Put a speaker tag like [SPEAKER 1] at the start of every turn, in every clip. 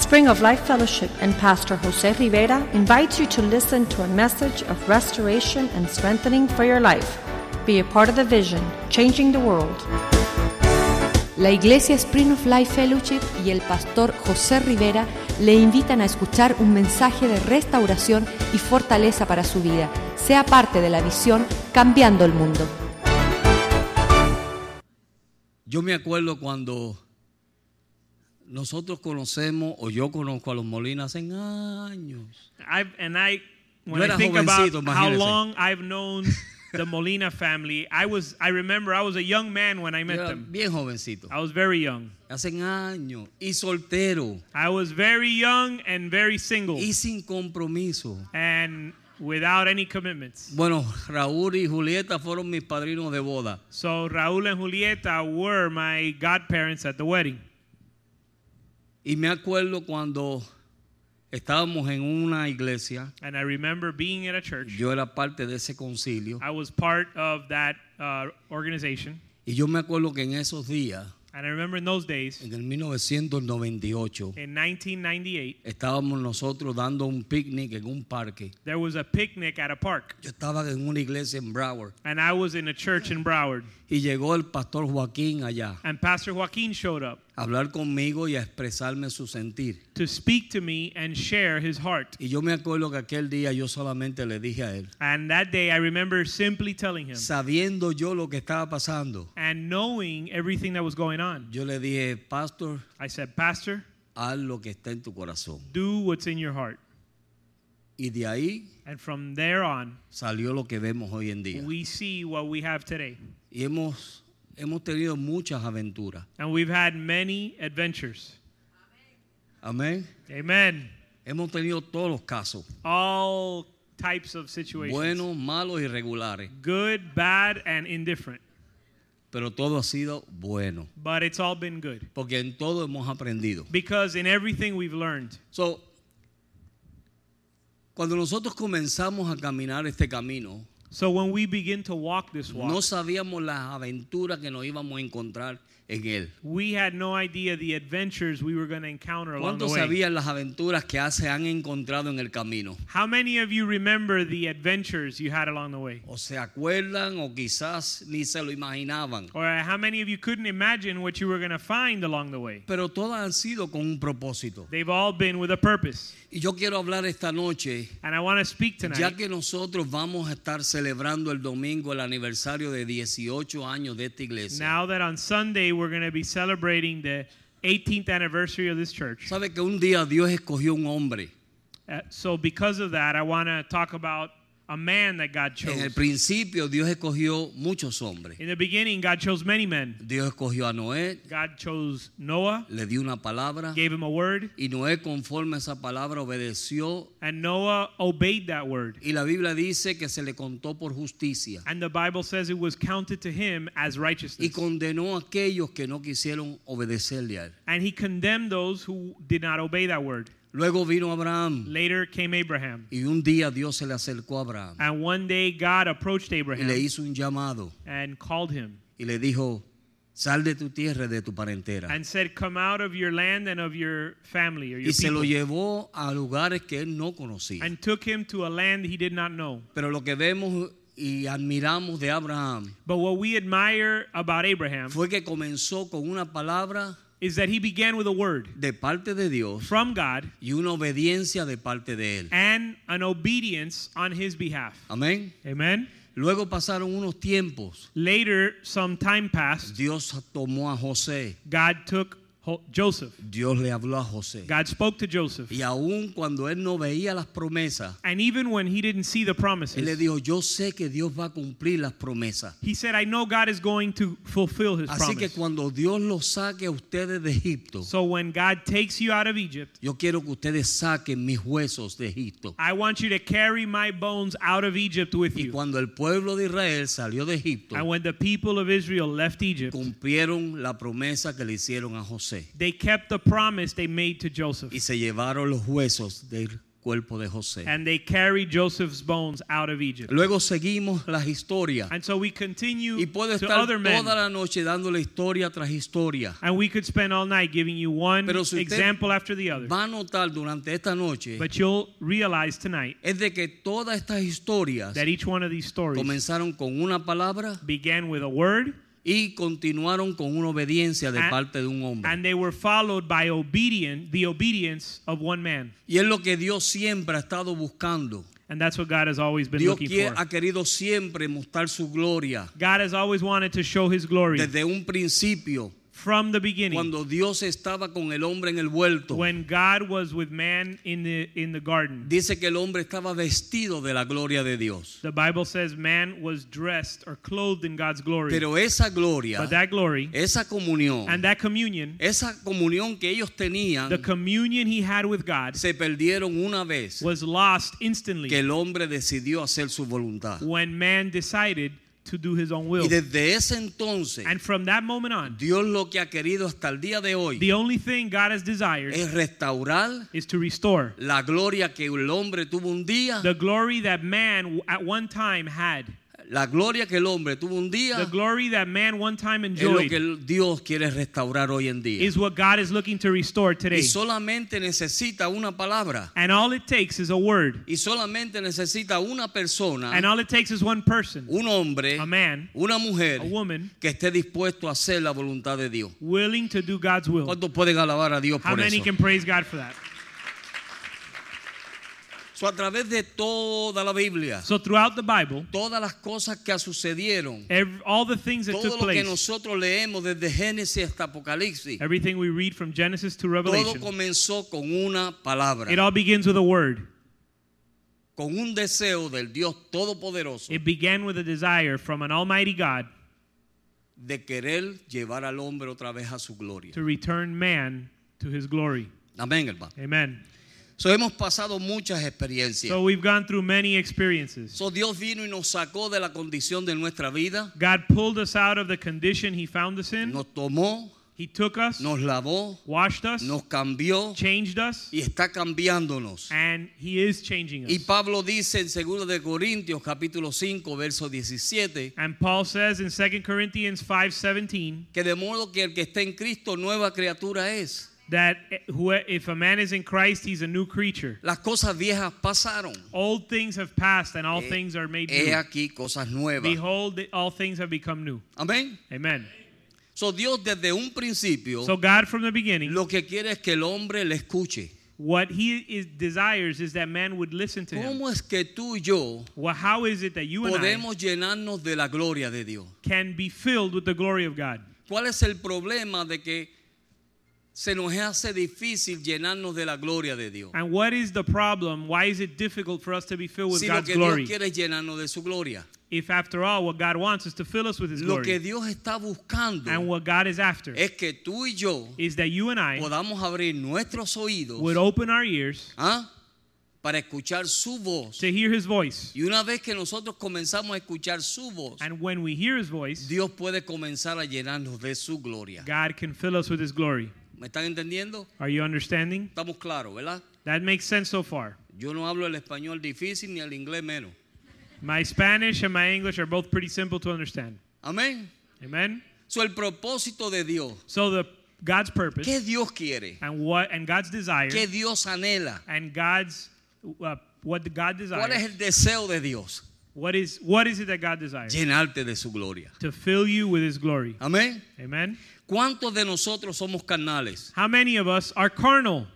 [SPEAKER 1] Spring of Life Fellowship and Pastor Jose Rivera invites you to listen to a message of restoration and strengthening for your life. Be a part of the vision, changing the world.
[SPEAKER 2] La Iglesia Spring of Life Fellowship y el pastor José Rivera le invitan a escuchar un mensaje de restauración y fortaleza para su vida. Sea parte de la visión Cambiando el Mundo.
[SPEAKER 3] Yo me acuerdo cuando nosotros conocemos, o yo conozco a los Molinas en años.
[SPEAKER 4] I and I when
[SPEAKER 3] Yo
[SPEAKER 4] I
[SPEAKER 3] era
[SPEAKER 4] think
[SPEAKER 3] jovencito,
[SPEAKER 4] about how
[SPEAKER 3] imagínese.
[SPEAKER 4] long I've known the Molina family, I was I remember I was a young man when I
[SPEAKER 3] Yo
[SPEAKER 4] met
[SPEAKER 3] era
[SPEAKER 4] them.
[SPEAKER 3] bien jovencito.
[SPEAKER 4] I was very young.
[SPEAKER 3] Hacen años. Y soltero.
[SPEAKER 4] I was very young and very single
[SPEAKER 3] Y sin compromiso.
[SPEAKER 4] and without any commitments.
[SPEAKER 3] Bueno, Raúl y Julieta fueron mis padrinos de boda.
[SPEAKER 4] So Raul and Julieta were my godparents at the wedding.
[SPEAKER 3] Y me acuerdo cuando estábamos en una iglesia.
[SPEAKER 4] And I remember being at a church.
[SPEAKER 3] Yo era parte de ese concilio.
[SPEAKER 4] I was part of that uh, organization.
[SPEAKER 3] Y yo me acuerdo que en esos días,
[SPEAKER 4] And I remember in those days,
[SPEAKER 3] en el 1998,
[SPEAKER 4] in 1998,
[SPEAKER 3] estábamos nosotros dando un picnic en un parque.
[SPEAKER 4] there was a picnic at a park.
[SPEAKER 3] Yo estaba en una iglesia en Broward
[SPEAKER 4] And I was in a church in Broward.
[SPEAKER 3] y llegó el pastor Joaquín allá
[SPEAKER 4] And Pastor Joaquin showed up
[SPEAKER 3] a hablar conmigo y a expresarme su sentir.
[SPEAKER 4] to speak to me and share his heart.
[SPEAKER 3] Y yo me acuerdo que aquel día yo solamente le dije a él,
[SPEAKER 4] And that day I remember simply telling him
[SPEAKER 3] sabiendo yo lo que estaba pasando,
[SPEAKER 4] and knowing everything that was going on.
[SPEAKER 3] yo le dije, pastor,
[SPEAKER 4] I said, Pastor,
[SPEAKER 3] haz lo que está en tu corazón.
[SPEAKER 4] do what's in your heart.
[SPEAKER 3] Y de ahí
[SPEAKER 4] And from there on,
[SPEAKER 3] salió lo que vemos hoy en día.
[SPEAKER 4] we see what we have today.
[SPEAKER 3] Y hemos, hemos tenido muchas aventuras.
[SPEAKER 4] And we've had many adventures.
[SPEAKER 3] Amén.
[SPEAKER 4] Amen.
[SPEAKER 3] Hemos tenido todos los casos,
[SPEAKER 4] All types of situations
[SPEAKER 3] buenos, malos y regulares,
[SPEAKER 4] good, bad, and indifferent.
[SPEAKER 3] pero todo ha sido bueno,
[SPEAKER 4] But it's all been good.
[SPEAKER 3] porque en todo hemos aprendido.
[SPEAKER 4] Because in everything we've learned,
[SPEAKER 3] So, cuando nosotros comenzamos a caminar este camino,
[SPEAKER 4] So when we begin to walk this walk,
[SPEAKER 3] no sabíamos las aventuras que nos íbamos a encontrar en él.
[SPEAKER 4] we had no idea the adventures we were going to encounter along the
[SPEAKER 3] ¿Cuántos
[SPEAKER 4] way.
[SPEAKER 3] sabían las aventuras que se han encontrado en el camino?
[SPEAKER 4] How many of you remember the adventures you had along the way?
[SPEAKER 3] O se acuerdan o quizás ni se lo imaginaban.
[SPEAKER 4] Or how many of you couldn't imagine what you were going to find along the way?
[SPEAKER 3] Pero todas han sido con un propósito.
[SPEAKER 4] They've all been with a purpose.
[SPEAKER 3] Y yo quiero hablar esta noche
[SPEAKER 4] And I want to speak
[SPEAKER 3] Ya
[SPEAKER 4] tonight
[SPEAKER 3] que nosotros vamos a estar celebrando el domingo el aniversario de 18 años de esta iglesia,
[SPEAKER 4] now that on Sunday we're going to be celebrating the 18th anniversary of this church.
[SPEAKER 3] sabe que un día Dios escogió un hombre.
[SPEAKER 4] Uh, so because of that, I want to talk about a man that God chose.
[SPEAKER 3] En el principio Dios escogió muchos hombres.
[SPEAKER 4] In the beginning, God chose many men.
[SPEAKER 3] Dios escogió a Noé,
[SPEAKER 4] God chose Noah.
[SPEAKER 3] le dio una palabra
[SPEAKER 4] gave him a word,
[SPEAKER 3] y Noé conforme a esa palabra obedeció
[SPEAKER 4] and Noah obeyed that word.
[SPEAKER 3] y la Biblia dice que se le contó por justicia
[SPEAKER 4] And the Bible says it was counted to him as
[SPEAKER 3] y
[SPEAKER 4] righteousness.
[SPEAKER 3] condenó a aquellos que no quisieron obedecerle a él.
[SPEAKER 4] And he condemned those who did not obey that word.
[SPEAKER 3] Luego vino Abraham
[SPEAKER 4] Later came Abraham.
[SPEAKER 3] y un día Dios se le acercó a Abraham
[SPEAKER 4] And one day God approached
[SPEAKER 3] y le
[SPEAKER 4] Abraham
[SPEAKER 3] hizo un llamado.
[SPEAKER 4] and called him
[SPEAKER 3] y le dijo, sal de tu tierra y de tu parentela.
[SPEAKER 4] and said, Come out of your land and of your family or your
[SPEAKER 3] Y se lo
[SPEAKER 4] people.
[SPEAKER 3] llevó a lugares que él no conocía.
[SPEAKER 4] And took him to a land he did not know.
[SPEAKER 3] Pero lo que vemos y admiramos de Abraham
[SPEAKER 4] But what we admire about Abraham
[SPEAKER 3] fue que comenzó con una palabra
[SPEAKER 4] is that he began with a word
[SPEAKER 3] de parte de Dios
[SPEAKER 4] from God
[SPEAKER 3] y una obediencia de parte de él.
[SPEAKER 4] and an obedience on his behalf.
[SPEAKER 3] Amén.
[SPEAKER 4] Amen.
[SPEAKER 3] Luego pasaron unos tiempos.
[SPEAKER 4] Later, some time passed.
[SPEAKER 3] Dios tomó a José.
[SPEAKER 4] God took Ho- Joseph.
[SPEAKER 3] Dios le habló a José.
[SPEAKER 4] God spoke to Joseph.
[SPEAKER 3] Y aun cuando él no veía las promesas,
[SPEAKER 4] And even when he didn't see the
[SPEAKER 3] él le
[SPEAKER 4] promises,
[SPEAKER 3] dijo, yo sé que Dios va a cumplir las promesas.
[SPEAKER 4] he said, I know God is going to fulfill his
[SPEAKER 3] Así que
[SPEAKER 4] promise.
[SPEAKER 3] cuando Dios los saque a ustedes de Egipto,
[SPEAKER 4] So when God takes you out of Egypt,
[SPEAKER 3] yo quiero que ustedes saquen mis huesos de Egipto.
[SPEAKER 4] I want you to carry my bones out of Egypt with
[SPEAKER 3] Y
[SPEAKER 4] you.
[SPEAKER 3] cuando el pueblo de Israel salió de Egipto,
[SPEAKER 4] And when the people of Israel left Egypt,
[SPEAKER 3] cumplieron la promesa que le hicieron a José
[SPEAKER 4] they kept the promise they made to Joseph.
[SPEAKER 3] y se llevaron los huesos de cuerpo de José.
[SPEAKER 4] and they carried Joseph's bones out of Egypt.
[SPEAKER 3] Luego seguimos las historias.
[SPEAKER 4] And so we continue
[SPEAKER 3] Y puedo
[SPEAKER 4] to
[SPEAKER 3] estar
[SPEAKER 4] other men.
[SPEAKER 3] toda la noche dándole historia tras historia.
[SPEAKER 4] And we could spend all night giving you one
[SPEAKER 3] Pero si usted
[SPEAKER 4] example after the other.
[SPEAKER 3] Va a notar durante esta noche
[SPEAKER 4] But you'll realize tonight
[SPEAKER 3] es de que todas estas historias
[SPEAKER 4] that each one of these stories
[SPEAKER 3] comenzaron con una palabra
[SPEAKER 4] began with a word
[SPEAKER 3] y continuaron con una obediencia de
[SPEAKER 4] And-
[SPEAKER 3] parte de un hombre.
[SPEAKER 4] and they were followed by obedience, the obedience of one man.
[SPEAKER 3] Y es lo que Dios siempre ha estado buscando.
[SPEAKER 4] And that's what God has always been
[SPEAKER 3] Dios
[SPEAKER 4] looking
[SPEAKER 3] quie-
[SPEAKER 4] for.
[SPEAKER 3] ha querido siempre mostrar su gloria
[SPEAKER 4] God has always wanted to show his glory
[SPEAKER 3] desde un principio,
[SPEAKER 4] from the beginning.
[SPEAKER 3] cuando Dios estaba con el hombre en el huerto.
[SPEAKER 4] when God was with man in the in the garden.
[SPEAKER 3] Dice que el hombre estaba vestido de la gloria de Dios.
[SPEAKER 4] The Bible says man was dressed or clothed in God's glory.
[SPEAKER 3] Pero esa gloria,
[SPEAKER 4] but that glory
[SPEAKER 3] esa comunión,
[SPEAKER 4] and that communion,
[SPEAKER 3] esa comunión que ellos tenían,
[SPEAKER 4] the communion he had with God
[SPEAKER 3] se perdieron una vez
[SPEAKER 4] was lost
[SPEAKER 3] que
[SPEAKER 4] instantly
[SPEAKER 3] el hombre decidió hacer su voluntad.
[SPEAKER 4] when man decided to do his own will.
[SPEAKER 3] Y desde ese entonces,
[SPEAKER 4] And from that moment on,
[SPEAKER 3] Dios lo que ha querido hasta el día de hoy
[SPEAKER 4] the only thing God has desired
[SPEAKER 3] es restaurar
[SPEAKER 4] is to restore
[SPEAKER 3] la gloria que el hombre tuvo un día,
[SPEAKER 4] the glory that man w- at one time had.
[SPEAKER 3] la gloria que el hombre tuvo un
[SPEAKER 4] The
[SPEAKER 3] día,
[SPEAKER 4] glory that man one time
[SPEAKER 3] es lo que
[SPEAKER 4] enjoyed
[SPEAKER 3] el- Dios quiere restaurar hoy en día.
[SPEAKER 4] is what God is looking to restore
[SPEAKER 3] Y
[SPEAKER 4] today.
[SPEAKER 3] solamente necesita una palabra.
[SPEAKER 4] And all it takes is a word.
[SPEAKER 3] Y solamente necesita una
[SPEAKER 4] And
[SPEAKER 3] persona,
[SPEAKER 4] all it takes is one person,
[SPEAKER 3] Ah. un hombre,
[SPEAKER 4] a man,
[SPEAKER 3] una mujer
[SPEAKER 4] a woman,
[SPEAKER 3] que esté dispuesto a hacer la voluntad de Dios.
[SPEAKER 4] willing to do God's will.
[SPEAKER 3] ¿Cuántos pueden alabar a Dios
[SPEAKER 4] How
[SPEAKER 3] por
[SPEAKER 4] many
[SPEAKER 3] eso?
[SPEAKER 4] can praise God for that?
[SPEAKER 3] So, a través de toda la Biblia,
[SPEAKER 4] So throughout the Bible,
[SPEAKER 3] todas las cosas que sucedieron,
[SPEAKER 4] ev- all the things that took
[SPEAKER 3] todo lo que
[SPEAKER 4] place,
[SPEAKER 3] nosotros leemos desde Génesis hasta Apocalipsis,
[SPEAKER 4] everything we read from Genesis to
[SPEAKER 3] todo
[SPEAKER 4] Revelation,
[SPEAKER 3] comenzó con una palabra,
[SPEAKER 4] it all begins with a word.
[SPEAKER 3] con un deseo del Dios Todopoderoso
[SPEAKER 4] It began with a desire from an almighty God
[SPEAKER 3] de querer llevar al hombre otra vez a su gloria.
[SPEAKER 4] to return man to his glory.
[SPEAKER 3] Amén, hermano.
[SPEAKER 4] Amen.
[SPEAKER 3] So, hemos pasado muchas experiencias.
[SPEAKER 4] So we've gone through many experiences.
[SPEAKER 3] So, Dios vino y nos sacó de la condición de nuestra vida,
[SPEAKER 4] God pulled us out of the condition he found us in.
[SPEAKER 3] nos tomó,
[SPEAKER 4] He took us,
[SPEAKER 3] nos lavó,
[SPEAKER 4] washed us,
[SPEAKER 3] nos cambió
[SPEAKER 4] changed us,
[SPEAKER 3] y está cambiándonos.
[SPEAKER 4] and he is changing
[SPEAKER 3] Y
[SPEAKER 4] us.
[SPEAKER 3] Pablo dice en 2 de Corintios capítulo 5 verso 17
[SPEAKER 4] And Paul says in 2 Corinthians 5:17
[SPEAKER 3] que de modo que el que está en Cristo nueva criatura es.
[SPEAKER 4] that eh, who- if a man is in Christ, he's a new creature.
[SPEAKER 3] Las cosas viejas pasaron.
[SPEAKER 4] Old things have passed and
[SPEAKER 3] Eh,
[SPEAKER 4] all things are made
[SPEAKER 3] He
[SPEAKER 4] new.
[SPEAKER 3] aquí cosas nuevas.
[SPEAKER 4] Behold, all things have become new.
[SPEAKER 3] Amén.
[SPEAKER 4] Amen.
[SPEAKER 3] So Dios desde un principio
[SPEAKER 4] So God from the beginning
[SPEAKER 3] Oh. lo que quiere es que el hombre le escuche.
[SPEAKER 4] What he is, desires is that man would listen to him.
[SPEAKER 3] ¿Cómo es que tú y yo
[SPEAKER 4] Well, how is it that you and I
[SPEAKER 3] podemos llenarnos de la gloria de Dios?
[SPEAKER 4] can be filled with the glory of God?
[SPEAKER 3] ¿Cuál es el problema de que se nos hace difícil llenarnos de la gloria de Dios?
[SPEAKER 4] And what is the problem? Why is it difficult for us to be filled with
[SPEAKER 3] Si lo
[SPEAKER 4] God's
[SPEAKER 3] que Dios
[SPEAKER 4] glory?
[SPEAKER 3] quiere es llenarnos de su gloria.
[SPEAKER 4] If after all, what God wants is to fill us with his
[SPEAKER 3] Lo que
[SPEAKER 4] glory.
[SPEAKER 3] Dios está buscando
[SPEAKER 4] And what God is after
[SPEAKER 3] es que tú y yo
[SPEAKER 4] is that you and I
[SPEAKER 3] podamos abrir nuestros oídos
[SPEAKER 4] would open our ears
[SPEAKER 3] ¿ah? para escuchar su voz.
[SPEAKER 4] to hear his voice.
[SPEAKER 3] Y una vez que nosotros comenzamos a escuchar su voz,
[SPEAKER 4] And when we hear his voice,
[SPEAKER 3] Dios puede comenzar a llenarnos de su gloria.
[SPEAKER 4] God can fill us with his glory.
[SPEAKER 3] ¿Me están entendiendo?
[SPEAKER 4] Are you understanding?
[SPEAKER 3] Estamos claros, ¿verdad?
[SPEAKER 4] That makes sense so far.
[SPEAKER 3] Yo no hablo el español difícil ni el inglés menos.
[SPEAKER 4] My Spanish and my English are both pretty simple to understand.
[SPEAKER 3] Amén.
[SPEAKER 4] Amen.
[SPEAKER 3] So, el propósito de Dios.
[SPEAKER 4] So the God's purpose
[SPEAKER 3] ¿Qué Dios quiere?
[SPEAKER 4] and what and God's desire
[SPEAKER 3] ¿Qué Dios anhela?
[SPEAKER 4] and God's uh, what God
[SPEAKER 3] ¿Cuál es
[SPEAKER 4] desires.
[SPEAKER 3] el deseo de Dios?
[SPEAKER 4] What is what is it that God desires?
[SPEAKER 3] Llenarte de su gloria.
[SPEAKER 4] To fill you with His glory.
[SPEAKER 3] Amén.
[SPEAKER 4] Amen.
[SPEAKER 3] ¿Cuántos de nosotros somos carnales?
[SPEAKER 4] How many of us are carnal?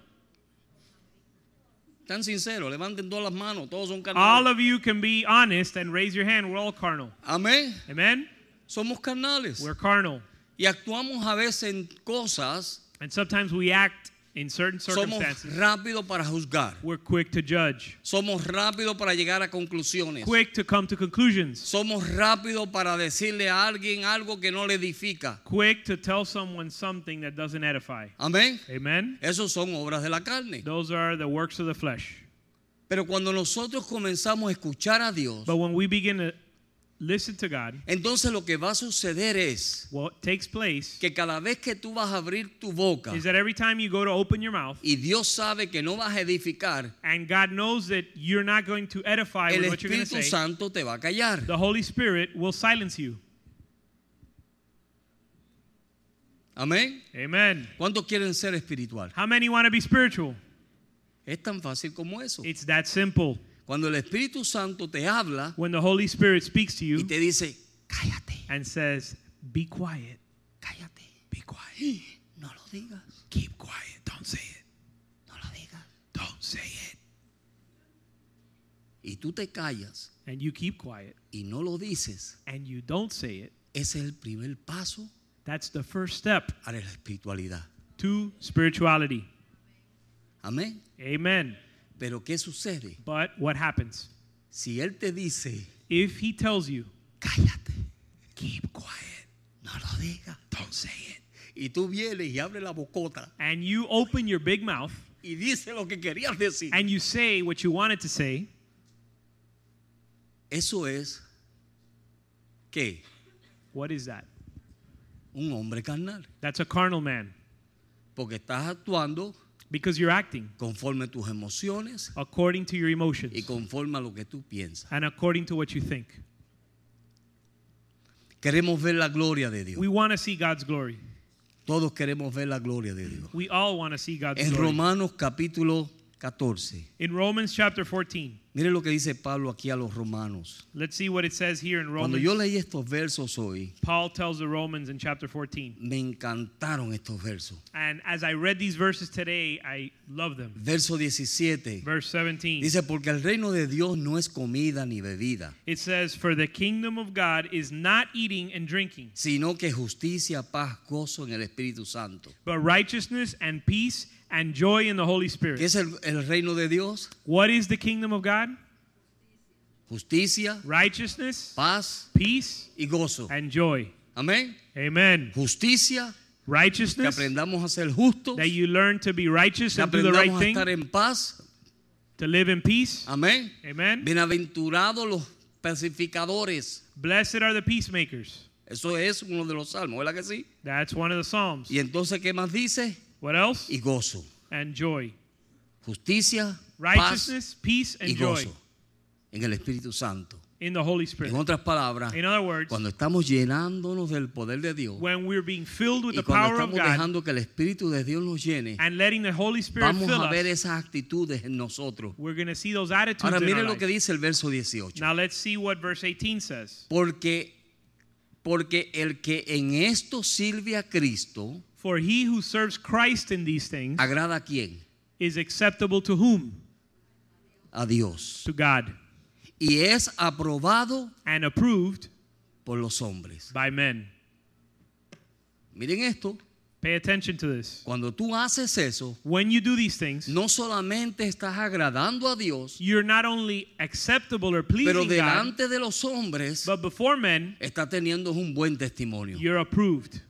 [SPEAKER 3] Tan sinceros, levanten todas las manos, todos son
[SPEAKER 4] All
[SPEAKER 3] carnales.
[SPEAKER 4] of you can be honest and raise your hand. We're all carnal.
[SPEAKER 3] Amén.
[SPEAKER 4] Amen.
[SPEAKER 3] Somos carnales.
[SPEAKER 4] We're carnal,
[SPEAKER 3] Y actuamos a veces en cosas,
[SPEAKER 4] and sometimes we act in certain
[SPEAKER 3] somos
[SPEAKER 4] circumstances.
[SPEAKER 3] rápidos para juzgar,
[SPEAKER 4] We're quick to judge,
[SPEAKER 3] somos rápidos para llegar a conclusiones,
[SPEAKER 4] quick to come to conclusions,
[SPEAKER 3] somos rápidos para decirle a alguien algo que no le edifica.
[SPEAKER 4] quick to tell someone something that doesn't edify.
[SPEAKER 3] Amén.
[SPEAKER 4] Amen.
[SPEAKER 3] Esas son obras de la carne.
[SPEAKER 4] Those are the works of the flesh.
[SPEAKER 3] Pero cuando nosotros comenzamos a escuchar a Dios,
[SPEAKER 4] But when we begin to listen to God.
[SPEAKER 3] Entonces lo que va a suceder es
[SPEAKER 4] What takes place
[SPEAKER 3] que cada vez que tú vas a abrir tu boca
[SPEAKER 4] is that every time you go to open your mouth,
[SPEAKER 3] y Dios sabe que no vas a edificar,
[SPEAKER 4] and God knows that you're not going to edify
[SPEAKER 3] el
[SPEAKER 4] with what you're going
[SPEAKER 3] Espíritu
[SPEAKER 4] to say,
[SPEAKER 3] Santo te va a callar.
[SPEAKER 4] the Holy Spirit will silence you.
[SPEAKER 3] Amén.
[SPEAKER 4] Amen.
[SPEAKER 3] ¿Cuántos quieren ser espiritual?
[SPEAKER 4] How many want to be spiritual?
[SPEAKER 3] Es tan fácil como eso.
[SPEAKER 4] It's that simple.
[SPEAKER 3] Cuando el Espíritu Santo te habla
[SPEAKER 4] When the Holy Spirit speaks to
[SPEAKER 3] y
[SPEAKER 4] you
[SPEAKER 3] te dice, cállate,
[SPEAKER 4] and says, Be quiet,
[SPEAKER 3] cállate, be quiet. No lo digas. Keep quiet, don't say it. No lo digas. Don't say it. Y tú te callas
[SPEAKER 4] and you keep quiet,
[SPEAKER 3] y no lo dices.
[SPEAKER 4] and you don't say it,
[SPEAKER 3] Ese es el primer paso
[SPEAKER 4] that's the first step
[SPEAKER 3] a la espiritualidad.
[SPEAKER 4] to spirituality.
[SPEAKER 3] Amén.
[SPEAKER 4] Amen.
[SPEAKER 3] Pero ¿qué sucede?
[SPEAKER 4] But what happens?
[SPEAKER 3] Si Él te dice,
[SPEAKER 4] If He tells you,
[SPEAKER 3] cállate, keep quiet, no lo digas, don't say it. Y tú vienes y abres la bocota
[SPEAKER 4] and you open your big mouth
[SPEAKER 3] y dices lo que querías decir.
[SPEAKER 4] and you say what you wanted to say,
[SPEAKER 3] Eso es, ¿qué?
[SPEAKER 4] what is that?
[SPEAKER 3] Un hombre carnal.
[SPEAKER 4] That's a carnal man
[SPEAKER 3] Porque estás actuando
[SPEAKER 4] because you're acting
[SPEAKER 3] conforme a tus emociones
[SPEAKER 4] according to your
[SPEAKER 3] y
[SPEAKER 4] emotions
[SPEAKER 3] conforme a lo que tú piensas.
[SPEAKER 4] and according to what you think.
[SPEAKER 3] Queremos ver la gloria de Dios.
[SPEAKER 4] We want to see God's glory.
[SPEAKER 3] Todos queremos ver la gloria de Dios.
[SPEAKER 4] We all want to see God's
[SPEAKER 3] En
[SPEAKER 4] glory.
[SPEAKER 3] Romanos capítulo 14.
[SPEAKER 4] In Romans chapter 14,
[SPEAKER 3] Mire lo que dice Pablo aquí a los romanos.
[SPEAKER 4] let's see what it says here in
[SPEAKER 3] Cuando
[SPEAKER 4] Romans.
[SPEAKER 3] yo leí estos versos hoy,
[SPEAKER 4] Paul tells the Romans in chapter 14.
[SPEAKER 3] me encantaron estos versos.
[SPEAKER 4] And as I read these verses today, I love them.
[SPEAKER 3] Verso 17.
[SPEAKER 4] Verse 17.
[SPEAKER 3] Dice, porque el reino de Dios no es comida ni bebida,
[SPEAKER 4] It says, For the kingdom of God is not eating and drinking,
[SPEAKER 3] sino que justicia, paz, gozo en el Espíritu Santo.
[SPEAKER 4] but righteousness and peace and joy in the Holy
[SPEAKER 3] ¿Qué
[SPEAKER 4] Spirit.
[SPEAKER 3] es el, el reino de Dios?
[SPEAKER 4] What is the kingdom of God?
[SPEAKER 3] Justicia,
[SPEAKER 4] Righteousness,
[SPEAKER 3] paz
[SPEAKER 4] peace,
[SPEAKER 3] y gozo.
[SPEAKER 4] and joy.
[SPEAKER 3] Amén.
[SPEAKER 4] Amen.
[SPEAKER 3] Justicia, que
[SPEAKER 4] Righteousness,
[SPEAKER 3] aprendamos a ser justos,
[SPEAKER 4] that
[SPEAKER 3] que
[SPEAKER 4] you learn to be righteous and do the right
[SPEAKER 3] aprendamos a estar
[SPEAKER 4] thing,
[SPEAKER 3] en paz.
[SPEAKER 4] to live in peace.
[SPEAKER 3] Amén.
[SPEAKER 4] Amen.
[SPEAKER 3] Bienaventurados los pacificadores.
[SPEAKER 4] Blessed are the peacemakers.
[SPEAKER 3] Eso es uno de los salmos, ¿verdad que sí?
[SPEAKER 4] That's one of the Psalms.
[SPEAKER 3] Y entonces, ¿qué más dice?
[SPEAKER 4] What else?
[SPEAKER 3] Y gozo.
[SPEAKER 4] And joy.
[SPEAKER 3] Justicia, paz
[SPEAKER 4] Righteousness, peace, and
[SPEAKER 3] y
[SPEAKER 4] joy
[SPEAKER 3] gozo en el Espíritu Santo.
[SPEAKER 4] in the Holy
[SPEAKER 3] En
[SPEAKER 4] Spirit.
[SPEAKER 3] otras palabras,
[SPEAKER 4] In other words,
[SPEAKER 3] cuando estamos llenándonos del poder de Dios
[SPEAKER 4] when we're being filled with
[SPEAKER 3] y
[SPEAKER 4] the
[SPEAKER 3] cuando
[SPEAKER 4] power of
[SPEAKER 3] estamos
[SPEAKER 4] God
[SPEAKER 3] dejando que el Espíritu de Dios nos llene,
[SPEAKER 4] and letting the Holy Spirit
[SPEAKER 3] vamos
[SPEAKER 4] fill
[SPEAKER 3] a ver
[SPEAKER 4] us,
[SPEAKER 3] esas actitudes en nosotros.
[SPEAKER 4] we're going to see those attitudes
[SPEAKER 3] Ahora
[SPEAKER 4] in our
[SPEAKER 3] mire lo
[SPEAKER 4] life.
[SPEAKER 3] que dice el verso 18.
[SPEAKER 4] Now let's see what verse 18 says.
[SPEAKER 3] Porque porque el que en esto sirve a Cristo
[SPEAKER 4] For he who serves Christ in these things
[SPEAKER 3] agrada a quién?
[SPEAKER 4] is acceptable to whom?
[SPEAKER 3] A Dios.
[SPEAKER 4] To God.
[SPEAKER 3] Y es aprobado
[SPEAKER 4] And approved
[SPEAKER 3] por los hombres.
[SPEAKER 4] by men.
[SPEAKER 3] Miren esto,
[SPEAKER 4] Pay attention to this.
[SPEAKER 3] cuando tú haces eso,
[SPEAKER 4] When you do these things,
[SPEAKER 3] no solamente estás agradando a Dios,
[SPEAKER 4] you're not only acceptable or
[SPEAKER 3] pero
[SPEAKER 4] pleasing God,
[SPEAKER 3] delante de los hombres
[SPEAKER 4] but before men,
[SPEAKER 3] está teniendo un buen testimonio.
[SPEAKER 4] you're approved.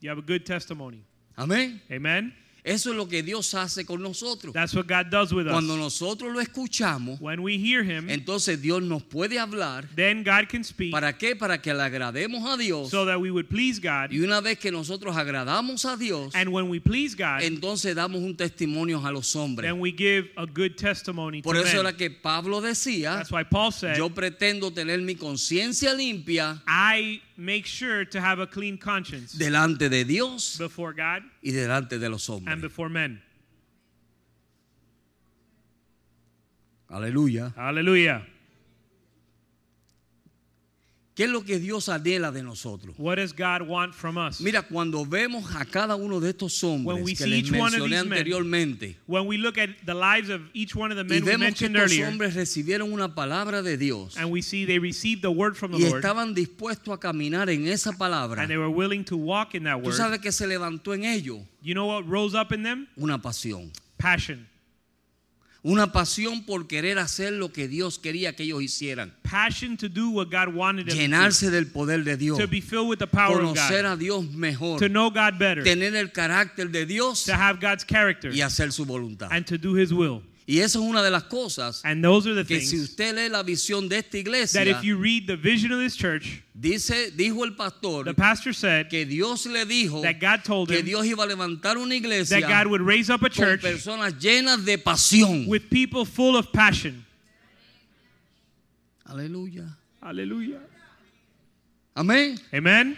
[SPEAKER 4] You have a good testimony.
[SPEAKER 3] Amén.
[SPEAKER 4] Amen?
[SPEAKER 3] Eso es lo que Dios hace con nosotros.
[SPEAKER 4] That's what God does with us.
[SPEAKER 3] Cuando nosotros lo escuchamos,
[SPEAKER 4] When we hear him,
[SPEAKER 3] entonces Dios nos puede hablar.
[SPEAKER 4] then God can speak
[SPEAKER 3] ¿Para qué? Para que le agrademos a Dios.
[SPEAKER 4] so that we would please God.
[SPEAKER 3] Y una vez que nosotros agradamos a Dios,
[SPEAKER 4] And when we please God,
[SPEAKER 3] entonces damos un testimonio a los hombres.
[SPEAKER 4] then we give a good testimony to
[SPEAKER 3] Por eso
[SPEAKER 4] men.
[SPEAKER 3] era que Pablo decía,
[SPEAKER 4] That's why Paul said,
[SPEAKER 3] yo pretendo tener mi conciencia limpia
[SPEAKER 4] I make sure to have a clean conscience
[SPEAKER 3] delante de Dios
[SPEAKER 4] before God
[SPEAKER 3] y delante de los
[SPEAKER 4] and
[SPEAKER 3] hombres.
[SPEAKER 4] before men.
[SPEAKER 3] Aleluya.
[SPEAKER 4] Hallelujah.
[SPEAKER 3] ¿Qué es lo que Dios anhela de nosotros?
[SPEAKER 4] What does God want from us?
[SPEAKER 3] Mira, cuando vemos a cada uno de estos
[SPEAKER 4] When we
[SPEAKER 3] hombres que
[SPEAKER 4] see
[SPEAKER 3] les
[SPEAKER 4] each one of
[SPEAKER 3] mencioné
[SPEAKER 4] these men,
[SPEAKER 3] anteriormente
[SPEAKER 4] When we look at the lives of each one of the
[SPEAKER 3] y
[SPEAKER 4] men we
[SPEAKER 3] vemos que
[SPEAKER 4] mentioned
[SPEAKER 3] estos
[SPEAKER 4] earlier,
[SPEAKER 3] hombres recibieron una palabra de Dios
[SPEAKER 4] and we see they received the word from the
[SPEAKER 3] y
[SPEAKER 4] Lord,
[SPEAKER 3] estaban dispuestos a caminar en esa palabra,
[SPEAKER 4] and they were willing to walk in that
[SPEAKER 3] tú
[SPEAKER 4] word,
[SPEAKER 3] sabes que se levantó en ellos
[SPEAKER 4] you know what rose up in them?
[SPEAKER 3] una pasión.
[SPEAKER 4] Passion.
[SPEAKER 3] Una pasión por querer hacer lo que Dios quería que ellos hicieran.
[SPEAKER 4] Passion to do what God wanted them to do.
[SPEAKER 3] Llenarse del poder de Dios.
[SPEAKER 4] to be filled with the power of
[SPEAKER 3] Conocer
[SPEAKER 4] God,
[SPEAKER 3] a Dios mejor.
[SPEAKER 4] to know God better,
[SPEAKER 3] Tener el carácter de Dios
[SPEAKER 4] to have God's character,
[SPEAKER 3] y hacer su voluntad.
[SPEAKER 4] and to do His will.
[SPEAKER 3] Y eso es una de las cosas
[SPEAKER 4] And those are the
[SPEAKER 3] que si
[SPEAKER 4] things
[SPEAKER 3] usted lee la visión de esta
[SPEAKER 4] that
[SPEAKER 3] iglesia,
[SPEAKER 4] if you read the vision of this church,
[SPEAKER 3] dice, dijo el
[SPEAKER 4] the
[SPEAKER 3] pastor
[SPEAKER 4] pastor said
[SPEAKER 3] que Dios le dijo
[SPEAKER 4] that God told
[SPEAKER 3] que
[SPEAKER 4] him
[SPEAKER 3] Dios iba a levantar una
[SPEAKER 4] that
[SPEAKER 3] iglesia
[SPEAKER 4] God would raise up
[SPEAKER 3] con
[SPEAKER 4] a church
[SPEAKER 3] personas llenas de pasión.
[SPEAKER 4] with people full of passion.
[SPEAKER 3] Aleluya.
[SPEAKER 4] Hallelujah.
[SPEAKER 3] Amén.
[SPEAKER 4] Amen.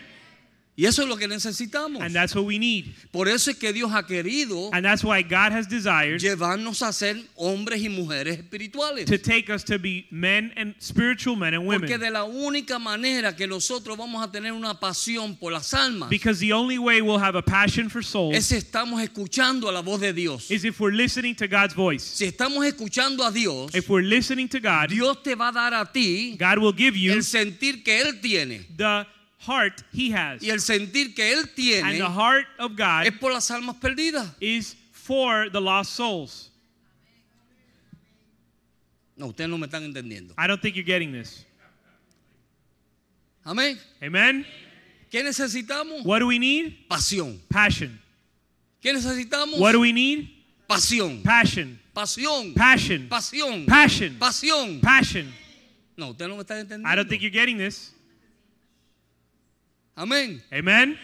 [SPEAKER 3] Y eso es lo que necesitamos.
[SPEAKER 4] And that's what we need.
[SPEAKER 3] Por eso es que Dios ha querido
[SPEAKER 4] And that's why God has desired
[SPEAKER 3] llevarnos a ser hombres y mujeres espirituales.
[SPEAKER 4] to take us to be men and spiritual men and
[SPEAKER 3] Porque
[SPEAKER 4] women.
[SPEAKER 3] de la única manera que nosotros vamos a tener una pasión por las almas
[SPEAKER 4] Because the only way we'll have a passion for
[SPEAKER 3] es
[SPEAKER 4] souls
[SPEAKER 3] si estamos escuchando a la voz de Dios.
[SPEAKER 4] is if we're listening to God's voice.
[SPEAKER 3] Si estamos escuchando a Dios,
[SPEAKER 4] If we're listening to God,
[SPEAKER 3] Dios te va a dar a ti
[SPEAKER 4] God will give you
[SPEAKER 3] el sentir que Él tiene.
[SPEAKER 4] the heart He has.
[SPEAKER 3] Y el sentir que Él tiene
[SPEAKER 4] And the heart of God
[SPEAKER 3] es por las almas perdidas.
[SPEAKER 4] is for the lost souls.
[SPEAKER 3] No, ustedes no me están entendiendo.
[SPEAKER 4] I don't think you're getting this.
[SPEAKER 3] Amén.
[SPEAKER 4] Amen.
[SPEAKER 3] ¿Qué necesitamos?
[SPEAKER 4] What do we need?
[SPEAKER 3] Pasión.
[SPEAKER 4] Passion.
[SPEAKER 3] ¿Qué necesitamos?
[SPEAKER 4] What do we need?
[SPEAKER 3] Pasión.
[SPEAKER 4] Passion.
[SPEAKER 3] Pasión.
[SPEAKER 4] Passion.
[SPEAKER 3] Pasión.
[SPEAKER 4] Passion.
[SPEAKER 3] Pasión.
[SPEAKER 4] Passion.
[SPEAKER 3] No, ustedes no me están
[SPEAKER 4] I don't
[SPEAKER 3] entendiendo.
[SPEAKER 4] think you're getting this.
[SPEAKER 3] Amén.
[SPEAKER 4] Amen.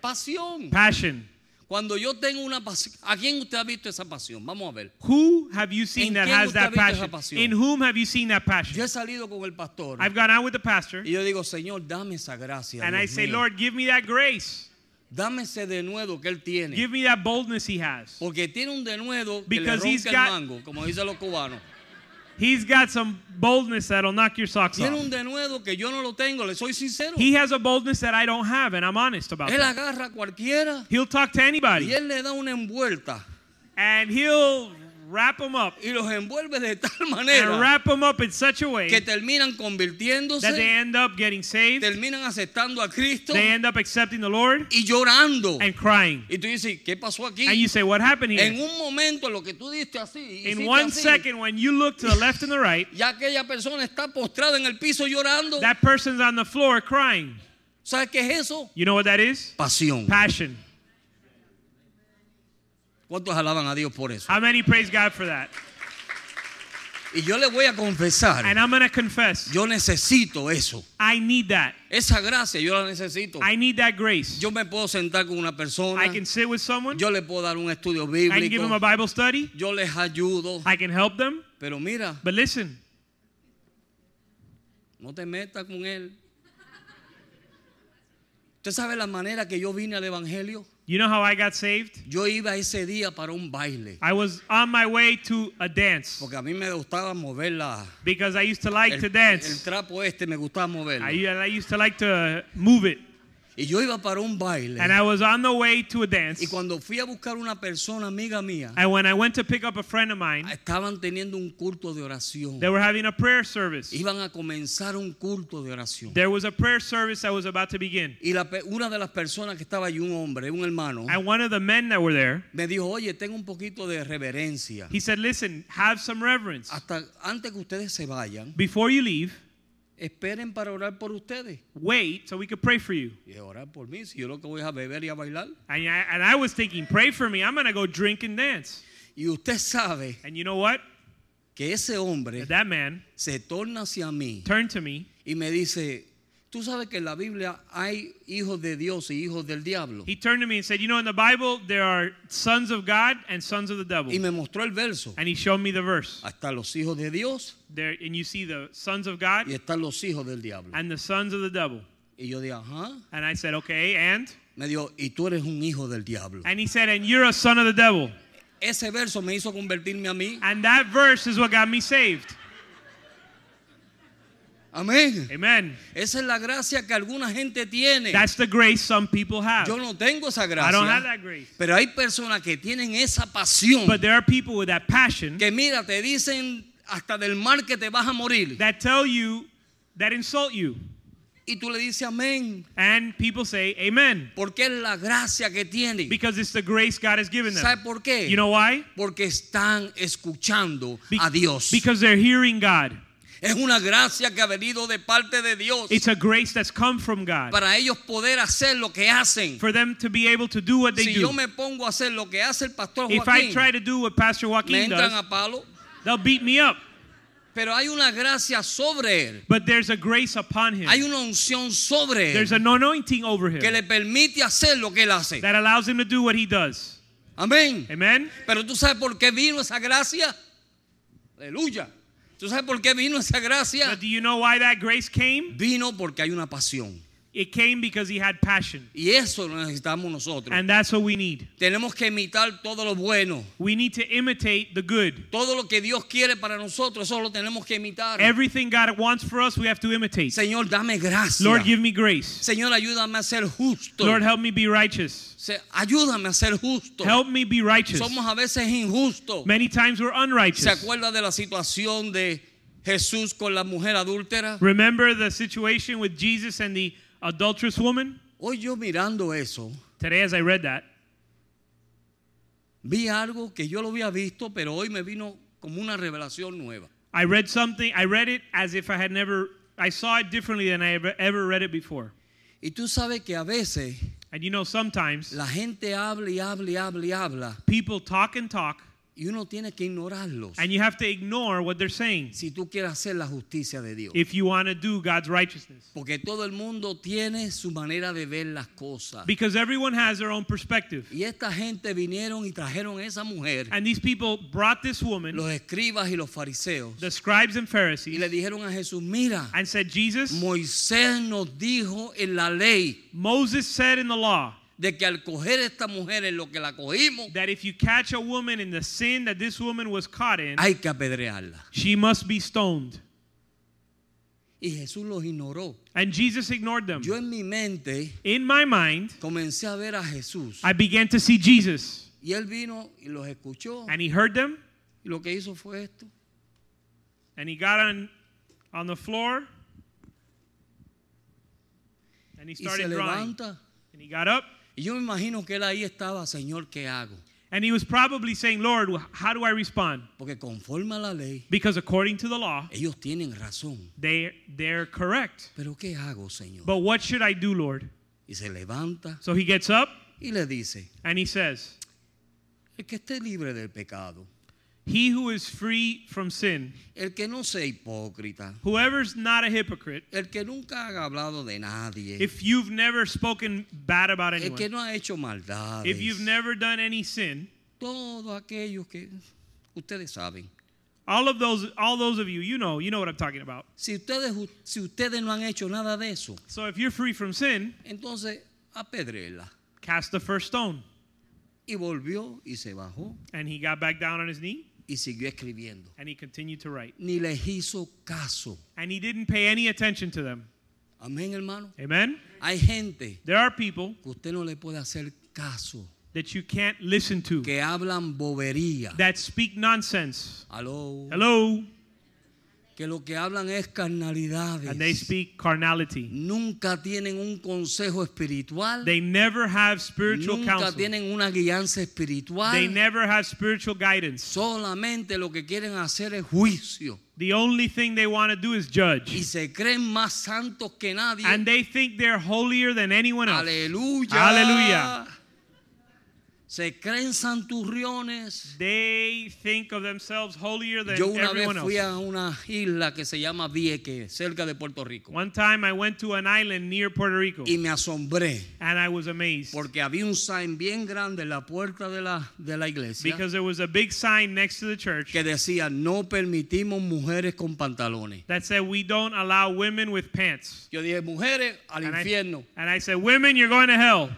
[SPEAKER 3] Pasión.
[SPEAKER 4] Passion.
[SPEAKER 3] Cuando yo tengo una pasión, ¿a quién usted ha visto esa pasión? Vamos a ver.
[SPEAKER 4] Who have you
[SPEAKER 3] ¿En
[SPEAKER 4] seen that
[SPEAKER 3] quién
[SPEAKER 4] has
[SPEAKER 3] usted ha
[SPEAKER 4] that
[SPEAKER 3] visto esa
[SPEAKER 4] passion?
[SPEAKER 3] pasión?
[SPEAKER 4] In whom have you seen that
[SPEAKER 3] Yo
[SPEAKER 4] passion?
[SPEAKER 3] he salido con el pastor
[SPEAKER 4] I've gone out with the pastor
[SPEAKER 3] y yo digo, Señor, dame esa gracia.
[SPEAKER 4] and
[SPEAKER 3] Dios
[SPEAKER 4] I say,
[SPEAKER 3] mío.
[SPEAKER 4] Lord, give me that grace.
[SPEAKER 3] dame ese denuedo que él tiene.
[SPEAKER 4] Give me that boldness he has.
[SPEAKER 3] porque tiene un denuedo que le
[SPEAKER 4] Because he's
[SPEAKER 3] ronca el
[SPEAKER 4] got-
[SPEAKER 3] mango, como dicen los cubanos.
[SPEAKER 4] He's got some boldness that'll knock your socks
[SPEAKER 3] Tiene un
[SPEAKER 4] off.
[SPEAKER 3] denuedo que yo no lo tengo, le soy sincero.
[SPEAKER 4] He has a boldness that I don't have, and I'm honest about
[SPEAKER 3] él
[SPEAKER 4] that.
[SPEAKER 3] agarra a cualquiera
[SPEAKER 4] He'll talk to
[SPEAKER 3] y
[SPEAKER 4] anybody
[SPEAKER 3] él le da una envuelta
[SPEAKER 4] and he'll wrap them up
[SPEAKER 3] y los envuelve de tal
[SPEAKER 4] and
[SPEAKER 3] manera
[SPEAKER 4] wrap them up in such a way
[SPEAKER 3] que
[SPEAKER 4] that
[SPEAKER 3] terminan
[SPEAKER 4] they
[SPEAKER 3] convirtiéndose,
[SPEAKER 4] end up getting saved,
[SPEAKER 3] terminan aceptando a Cristo
[SPEAKER 4] they end up accepting the Lord
[SPEAKER 3] y llorando.
[SPEAKER 4] and crying.
[SPEAKER 3] Y tú dices, ¿qué pasó aquí?
[SPEAKER 4] And you say, What happened
[SPEAKER 3] En
[SPEAKER 4] here?
[SPEAKER 3] un momento lo que tú diste así, hiciste
[SPEAKER 4] In one
[SPEAKER 3] así,
[SPEAKER 4] second, when you look to the left and the right,
[SPEAKER 3] ya aquella persona está postrada en el piso llorando.
[SPEAKER 4] that person's on the floor crying.
[SPEAKER 3] ¿Sabes qué es eso?
[SPEAKER 4] You know what that is?
[SPEAKER 3] Pasión.
[SPEAKER 4] Passion.
[SPEAKER 3] ¿Cuántos alaban a Dios por eso?
[SPEAKER 4] How many praise God for that?
[SPEAKER 3] Y yo le voy a
[SPEAKER 4] And
[SPEAKER 3] confesar,
[SPEAKER 4] I'm going to confess,
[SPEAKER 3] yo necesito eso.
[SPEAKER 4] I need that.
[SPEAKER 3] Esa gracia yo la necesito.
[SPEAKER 4] I need that grace.
[SPEAKER 3] Yo me puedo sentar con una persona,
[SPEAKER 4] I can sit with someone.
[SPEAKER 3] yo le puedo dar un estudio
[SPEAKER 4] I can give them
[SPEAKER 3] bíblico,
[SPEAKER 4] a Bible study.
[SPEAKER 3] yo les ayudo.
[SPEAKER 4] I can help them.
[SPEAKER 3] Pero mira,
[SPEAKER 4] But listen,
[SPEAKER 3] no te metas con él. ¿Usted sabe la manera que yo vine al Evangelio?
[SPEAKER 4] you know how I got saved?
[SPEAKER 3] Yo iba ese día para un baile.
[SPEAKER 4] I was on my way to a dance
[SPEAKER 3] Porque a mí me gustaba mover la,
[SPEAKER 4] because I used to like
[SPEAKER 3] el,
[SPEAKER 4] to
[SPEAKER 3] el
[SPEAKER 4] dance.
[SPEAKER 3] trapo este, me gustaba moverlo.
[SPEAKER 4] I, and I used to like to move it.
[SPEAKER 3] y yo iba para un baile.
[SPEAKER 4] And I was on the way to
[SPEAKER 3] y
[SPEAKER 4] a dance.
[SPEAKER 3] cuando fui a buscar una persona amiga mía,
[SPEAKER 4] And when I went to pick up a friend of mine,
[SPEAKER 3] estaban teniendo un culto de oración.
[SPEAKER 4] they were having a prayer service.
[SPEAKER 3] Iban a comenzar un culto de oración.
[SPEAKER 4] There was a prayer service that was about to begin.
[SPEAKER 3] y la pe- una de las personas que estaba allí, un hombre, un hermano,
[SPEAKER 4] And one of the men that were there,
[SPEAKER 3] me dijo, oye, tengo un poquito de reverencia.
[SPEAKER 4] he said, Listen, have some reverence.
[SPEAKER 3] Hasta antes que ustedes se vayan,
[SPEAKER 4] Before you leave,
[SPEAKER 3] esperen para orar por ustedes.
[SPEAKER 4] wait so we could pray for you.
[SPEAKER 3] Y orar por mí, si yo lo que voy es a beber y a bailar.
[SPEAKER 4] And I, and I was thinking, Pray for me. I'm going to go drink and dance.
[SPEAKER 3] Y usted sabe
[SPEAKER 4] And you know what?
[SPEAKER 3] que ese hombre
[SPEAKER 4] That man
[SPEAKER 3] se torna hacia mí
[SPEAKER 4] turned to me.
[SPEAKER 3] y me dice, tú sabes que en la Biblia hay hijos de Dios y hijos del diablo.
[SPEAKER 4] He turned to me and said, You know, in the Bible, there are sons of God and sons of the devil.
[SPEAKER 3] Y me mostró el verso.
[SPEAKER 4] And he showed me the verse.
[SPEAKER 3] Hasta los hijos de Dios
[SPEAKER 4] There, and you see the sons of God
[SPEAKER 3] y están los hijos del diablo.
[SPEAKER 4] and the sons of the devil.
[SPEAKER 3] Y yo dije, ajá.
[SPEAKER 4] And I said, Okay, and?
[SPEAKER 3] Me dijo, y tú eres un hijo del diablo.
[SPEAKER 4] And he said, And you're a son of the devil.
[SPEAKER 3] Ese verso me hizo convertirme a mí.
[SPEAKER 4] And that verse is what got me saved.
[SPEAKER 3] Amén.
[SPEAKER 4] Amen.
[SPEAKER 3] Esa es la gracia que alguna gente tiene.
[SPEAKER 4] That's the grace some people have.
[SPEAKER 3] Yo no tengo esa
[SPEAKER 4] I don't
[SPEAKER 3] gracia.
[SPEAKER 4] have that grace.
[SPEAKER 3] Pero hay personas que tienen esa pasión.
[SPEAKER 4] But there are people with that passion
[SPEAKER 3] Que mira, te dicen hasta del mar que te vas a morir.
[SPEAKER 4] that tell you, that insult you.
[SPEAKER 3] Y tú le dices amén.
[SPEAKER 4] And people say, Amen.
[SPEAKER 3] Porque es la gracia que tienen.
[SPEAKER 4] Because it's the grace God has given
[SPEAKER 3] ¿Sabe
[SPEAKER 4] them.
[SPEAKER 3] por qué?
[SPEAKER 4] You know why?
[SPEAKER 3] Porque están escuchando
[SPEAKER 4] Be-
[SPEAKER 3] a Dios.
[SPEAKER 4] Because they're hearing God.
[SPEAKER 3] Es una gracia que ha venido de parte de Dios
[SPEAKER 4] It's a grace that's come from God
[SPEAKER 3] para ellos poder hacer lo que hacen.
[SPEAKER 4] for them to be able to do what they
[SPEAKER 3] Si yo
[SPEAKER 4] do.
[SPEAKER 3] me pongo a hacer lo que hace el pastor
[SPEAKER 4] If I
[SPEAKER 3] Joaquín,
[SPEAKER 4] try to do what Pastor
[SPEAKER 3] me
[SPEAKER 4] Joaquin
[SPEAKER 3] entran
[SPEAKER 4] does,
[SPEAKER 3] a palo.
[SPEAKER 4] they'll beat me up.
[SPEAKER 3] Pero hay una gracia sobre él.
[SPEAKER 4] But there's a grace upon
[SPEAKER 3] Hay
[SPEAKER 4] him.
[SPEAKER 3] una unción sobre
[SPEAKER 4] There's
[SPEAKER 3] él
[SPEAKER 4] an anointing over
[SPEAKER 3] que
[SPEAKER 4] him
[SPEAKER 3] le permite hacer lo que él hace.
[SPEAKER 4] that allows him to do what he does.
[SPEAKER 3] Amén.
[SPEAKER 4] Amen?
[SPEAKER 3] Pero tú sabes por qué vino esa gracia. Aleluya. ¿Tú sabes por qué vino esa gracia?
[SPEAKER 4] But do you know why that grace came?
[SPEAKER 3] Vino porque hay una pasión.
[SPEAKER 4] It came because he had passion.
[SPEAKER 3] Y eso lo necesitamos nosotros.
[SPEAKER 4] And that's what we need.
[SPEAKER 3] Tenemos que imitar todo lo bueno.
[SPEAKER 4] We need to imitate the good.
[SPEAKER 3] Todo lo que Dios quiere para nosotros, eso lo tenemos que imitar.
[SPEAKER 4] Everything God wants for us, we have to imitate.
[SPEAKER 3] Señor, dame gracia.
[SPEAKER 4] Lord, give me grace.
[SPEAKER 3] Señor, ayúdame a ser justo.
[SPEAKER 4] Lord, help me be righteous.
[SPEAKER 3] Se- ayúdame a ser justo.
[SPEAKER 4] Help me be righteous.
[SPEAKER 3] Somos a veces injustos.
[SPEAKER 4] Many times we're
[SPEAKER 3] ¿Se
[SPEAKER 4] unrighteous.
[SPEAKER 3] acuerda de la situación de Jesús con la mujer adúltera?
[SPEAKER 4] Remember the situation with Jesus and the adulterous woman?
[SPEAKER 3] Hoy yo mirando eso,
[SPEAKER 4] Today, as I read that,
[SPEAKER 3] vi algo que yo lo había visto, pero hoy me vino como una revelación nueva.
[SPEAKER 4] I read something, I read it as if I had never, I saw it differently than I ever, ever read it before.
[SPEAKER 3] Y tú sabes que a veces
[SPEAKER 4] And you know, sometimes
[SPEAKER 3] la gente habla y habla y habla y habla
[SPEAKER 4] people talk and talk,
[SPEAKER 3] y uno tiene que ignorarlos
[SPEAKER 4] and you have to ignore what they're saying
[SPEAKER 3] si tú quieres hacer la justicia de Dios.
[SPEAKER 4] if you want to do God's righteousness.
[SPEAKER 3] Porque todo el mundo tiene su manera de ver las cosas.
[SPEAKER 4] Because everyone has their own perspective.
[SPEAKER 3] Y esta gente vinieron y trajeron a esa mujer,
[SPEAKER 4] And these people brought this woman,
[SPEAKER 3] los escribas y los fariseos,
[SPEAKER 4] the scribes and
[SPEAKER 3] y le
[SPEAKER 4] Pharisees,
[SPEAKER 3] dijeron a Jesús, mira,
[SPEAKER 4] and said, Jesus,
[SPEAKER 3] Moisés nos dijo en la ley
[SPEAKER 4] Moses said in the law
[SPEAKER 3] de que al coger esta mujer en lo que la cogimos,
[SPEAKER 4] that if you catch a woman in the sin that this woman was caught in,
[SPEAKER 3] hay que apedrearla.
[SPEAKER 4] she must be stoned.
[SPEAKER 3] Y Jesús los ignoró.
[SPEAKER 4] And Jesus ignored them.
[SPEAKER 3] Yo en mi mente
[SPEAKER 4] In my mind,
[SPEAKER 3] comencé a ver a Jesús.
[SPEAKER 4] I began to see Jesus.
[SPEAKER 3] Y él vino y los escuchó.
[SPEAKER 4] And he heard them,
[SPEAKER 3] Y lo que hizo fue esto.
[SPEAKER 4] and he got on, on the floor, and
[SPEAKER 3] Y
[SPEAKER 4] he
[SPEAKER 3] se
[SPEAKER 4] started drawing.
[SPEAKER 3] levanta.
[SPEAKER 4] And he got up,
[SPEAKER 3] Y yo me imagino que él ahí estaba, Señor, ¿qué hago?
[SPEAKER 4] and he was probably saying, Lord, wh- how do I respond?
[SPEAKER 3] Porque conforme a la ley,
[SPEAKER 4] Because according to the law,
[SPEAKER 3] ellos tienen razón.
[SPEAKER 4] they, they're correct.
[SPEAKER 3] Pero ¿qué hago, Señor?
[SPEAKER 4] But what should I do, Lord?
[SPEAKER 3] Y se levanta
[SPEAKER 4] So he gets up
[SPEAKER 3] y le dice,
[SPEAKER 4] and he says,
[SPEAKER 3] el que esté libre del pecado,
[SPEAKER 4] He who is free from sin,
[SPEAKER 3] el que no sea hipócrita,
[SPEAKER 4] whoever's not a hypocrite,
[SPEAKER 3] el que nunca ha hablado de nadie,
[SPEAKER 4] if you've never spoken bad about
[SPEAKER 3] el que
[SPEAKER 4] anyone,
[SPEAKER 3] no ha hecho maldad,
[SPEAKER 4] if you've never done any sin,
[SPEAKER 3] todos aquellos que ustedes saben.
[SPEAKER 4] all of those, all those of you, you know, you know what I'm talking about.
[SPEAKER 3] Si ustedes, si ustedes no han hecho nada de eso,
[SPEAKER 4] So if you're free from sin,
[SPEAKER 3] entonces apedrela.
[SPEAKER 4] cast the first stone.
[SPEAKER 3] Y volvió y se bajó
[SPEAKER 4] And he got back down on his knee
[SPEAKER 3] y siguió escribiendo.
[SPEAKER 4] and he continued to write.
[SPEAKER 3] Ni les hizo caso.
[SPEAKER 4] And he didn't pay any attention to them.
[SPEAKER 3] Amén, hermano.
[SPEAKER 4] Amen.
[SPEAKER 3] Hay gente
[SPEAKER 4] There are people
[SPEAKER 3] que usted no le puede hacer caso,
[SPEAKER 4] that you can't listen to
[SPEAKER 3] que hablan bobería.
[SPEAKER 4] that speak nonsense.
[SPEAKER 3] Aló.
[SPEAKER 4] Hello.
[SPEAKER 3] Que lo que hablan es carnalidades.
[SPEAKER 4] And they speak carnality.
[SPEAKER 3] Nunca tienen un consejo espiritual.
[SPEAKER 4] They never have spiritual
[SPEAKER 3] Nunca
[SPEAKER 4] counsel.
[SPEAKER 3] tienen una guianza espiritual.
[SPEAKER 4] They never have spiritual guidance.
[SPEAKER 3] Solamente lo que quieren hacer es juicio.
[SPEAKER 4] The only thing they want to do is
[SPEAKER 3] Y
[SPEAKER 4] judge.
[SPEAKER 3] se creen más santos que nadie.
[SPEAKER 4] And they think they're holier than anyone else.
[SPEAKER 3] Aleluya.
[SPEAKER 4] Aleluya.
[SPEAKER 3] Se creen santurriones.
[SPEAKER 4] They think of themselves holier than
[SPEAKER 3] Yo una vez
[SPEAKER 4] everyone else.
[SPEAKER 3] fui a una isla que se llama Vieques, cerca de Puerto Rico.
[SPEAKER 4] One time I went to an island near Puerto Rico
[SPEAKER 3] Y me asombré
[SPEAKER 4] and I was amazed
[SPEAKER 3] porque había un sign bien grande en la puerta de la, de la iglesia
[SPEAKER 4] because there was a big sign next to the church
[SPEAKER 3] que decía no permitimos mujeres con pantalones.
[SPEAKER 4] that said, We don't allow women with pants.
[SPEAKER 3] Yo dije, mujeres al
[SPEAKER 4] And I,
[SPEAKER 3] infierno.
[SPEAKER 4] and I said, Women, you're going to hell.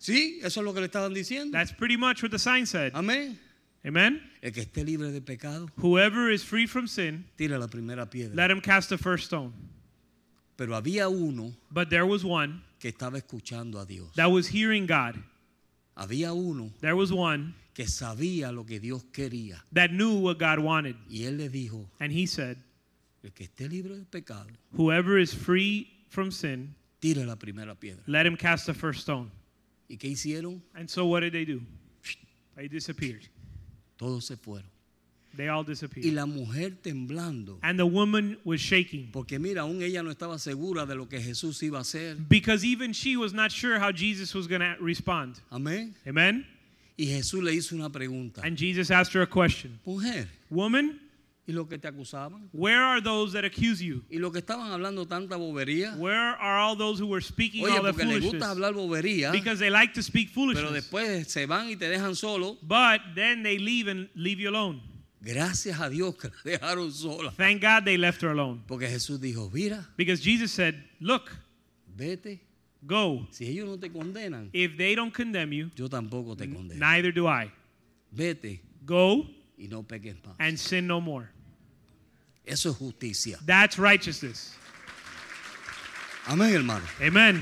[SPEAKER 3] Sí, eso es lo que le estaban diciendo.
[SPEAKER 4] That's pretty much what the sign said.
[SPEAKER 3] Amén.
[SPEAKER 4] Amen.
[SPEAKER 3] El que esté libre de pecado,
[SPEAKER 4] Whoever is free from sin,
[SPEAKER 3] tira la primera piedra.
[SPEAKER 4] let him cast the first stone.
[SPEAKER 3] Pero había uno
[SPEAKER 4] But there was one
[SPEAKER 3] que estaba escuchando a Dios.
[SPEAKER 4] that was hearing God.
[SPEAKER 3] Había uno
[SPEAKER 4] There was one
[SPEAKER 3] que sabía lo que Dios quería.
[SPEAKER 4] that knew what God wanted.
[SPEAKER 3] Y él le dijo,
[SPEAKER 4] And he said,
[SPEAKER 3] el que esté libre de pecado,
[SPEAKER 4] Whoever is free from sin,
[SPEAKER 3] tira la primera piedra.
[SPEAKER 4] let him cast the first stone.
[SPEAKER 3] ¿Y qué hicieron?
[SPEAKER 4] And so what did they do? They disappeared.
[SPEAKER 3] Todos se fueron.
[SPEAKER 4] They all
[SPEAKER 3] Y
[SPEAKER 4] disappeared.
[SPEAKER 3] la mujer temblando.
[SPEAKER 4] And the woman was shaking
[SPEAKER 3] Porque mira, aún ella no estaba segura de lo que Jesús iba a hacer.
[SPEAKER 4] because even she was not sure how Jesus was going to respond.
[SPEAKER 3] Amén.
[SPEAKER 4] Amen?
[SPEAKER 3] Y Jesús le hizo una pregunta.
[SPEAKER 4] And Jesus asked her a question
[SPEAKER 3] Mujer,
[SPEAKER 4] Woman,
[SPEAKER 3] ¿y los que te acusaban?
[SPEAKER 4] where are those that accuse you?
[SPEAKER 3] ¿Y los que estaban hablando tanta bobería?
[SPEAKER 4] Where are all those who were speaking
[SPEAKER 3] Oye,
[SPEAKER 4] all that
[SPEAKER 3] porque les gusta
[SPEAKER 4] foolishness?
[SPEAKER 3] hablar bobería,
[SPEAKER 4] Because they like to speak
[SPEAKER 3] pero
[SPEAKER 4] foolishness.
[SPEAKER 3] después se van y te dejan solo.
[SPEAKER 4] But then they leave and leave you alone.
[SPEAKER 3] Gracias a Dios que la dejaron sola.
[SPEAKER 4] Thank God they left her alone.
[SPEAKER 3] Porque Jesús dijo, mira,
[SPEAKER 4] Because Jesus said, Look,
[SPEAKER 3] vete.
[SPEAKER 4] go.
[SPEAKER 3] Si ellos no te condenan,
[SPEAKER 4] If they don't condemn you,
[SPEAKER 3] yo tampoco te condeno.
[SPEAKER 4] neither do I.
[SPEAKER 3] Vete
[SPEAKER 4] Go
[SPEAKER 3] y no peques más.
[SPEAKER 4] and sin no more.
[SPEAKER 3] Eso es justicia.
[SPEAKER 4] That's righteousness.
[SPEAKER 3] Amén, hermano.
[SPEAKER 4] Amen.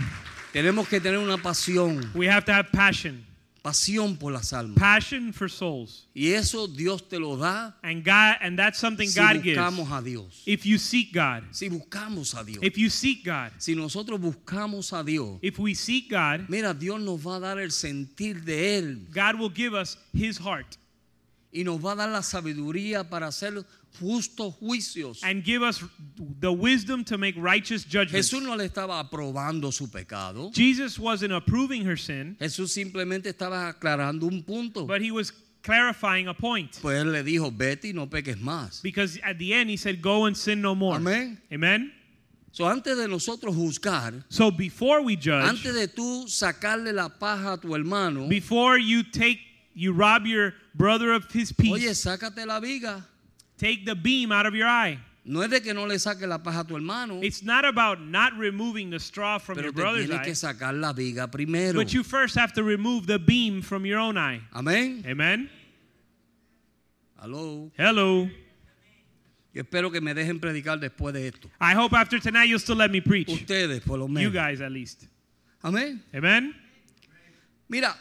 [SPEAKER 3] Tenemos que tener una pasión,
[SPEAKER 4] We have to have passion.
[SPEAKER 3] pasión por las almas.
[SPEAKER 4] Passion for souls.
[SPEAKER 3] Y eso Dios te lo da
[SPEAKER 4] And God and that's something
[SPEAKER 3] si
[SPEAKER 4] God gives.
[SPEAKER 3] buscamos a Dios.
[SPEAKER 4] If you seek God.
[SPEAKER 3] Si buscamos a Dios.
[SPEAKER 4] If you seek God.
[SPEAKER 3] Si nosotros buscamos a Dios,
[SPEAKER 4] If we seek God,
[SPEAKER 3] mira, Dios nos va a dar el sentir de Él
[SPEAKER 4] God will give us his heart
[SPEAKER 3] y nos va a dar la sabiduría para hacer justos juicios.
[SPEAKER 4] and give us the wisdom to make righteous judgments.
[SPEAKER 3] Jesús no le estaba aprobando su pecado.
[SPEAKER 4] Jesus wasn't approving her sin,
[SPEAKER 3] Jesús simplemente estaba aclarando un punto.
[SPEAKER 4] but he was clarifying a point.
[SPEAKER 3] Pues él le dijo, vete y no peques más.
[SPEAKER 4] Because at the end he said, Go and sin no more.
[SPEAKER 3] Amén.
[SPEAKER 4] Amen.
[SPEAKER 3] So, antes de nosotros juzgar,
[SPEAKER 4] So before we judge,
[SPEAKER 3] antes de tú sacarle la paja a tu hermano,
[SPEAKER 4] before you take you rob your brother of his peace,
[SPEAKER 3] oye, sácate la viga.
[SPEAKER 4] take the beam out of your eye.
[SPEAKER 3] No es de que no le saque la paja a tu hermano,
[SPEAKER 4] It's not about not removing the straw from
[SPEAKER 3] pero
[SPEAKER 4] your
[SPEAKER 3] te
[SPEAKER 4] brother's
[SPEAKER 3] tienes
[SPEAKER 4] eye,
[SPEAKER 3] que sacar la viga primero.
[SPEAKER 4] but you first have to remove the beam from your own eye.
[SPEAKER 3] Amén.
[SPEAKER 4] Amen.
[SPEAKER 3] Aló.
[SPEAKER 4] Hello.
[SPEAKER 3] Yo espero que me dejen predicar después de esto.
[SPEAKER 4] I hope after tonight you'll still let me preach.
[SPEAKER 3] Ustedes, por lo
[SPEAKER 4] You
[SPEAKER 3] menos.
[SPEAKER 4] guys at least.
[SPEAKER 3] Amén.
[SPEAKER 4] Amen.
[SPEAKER 3] Mira,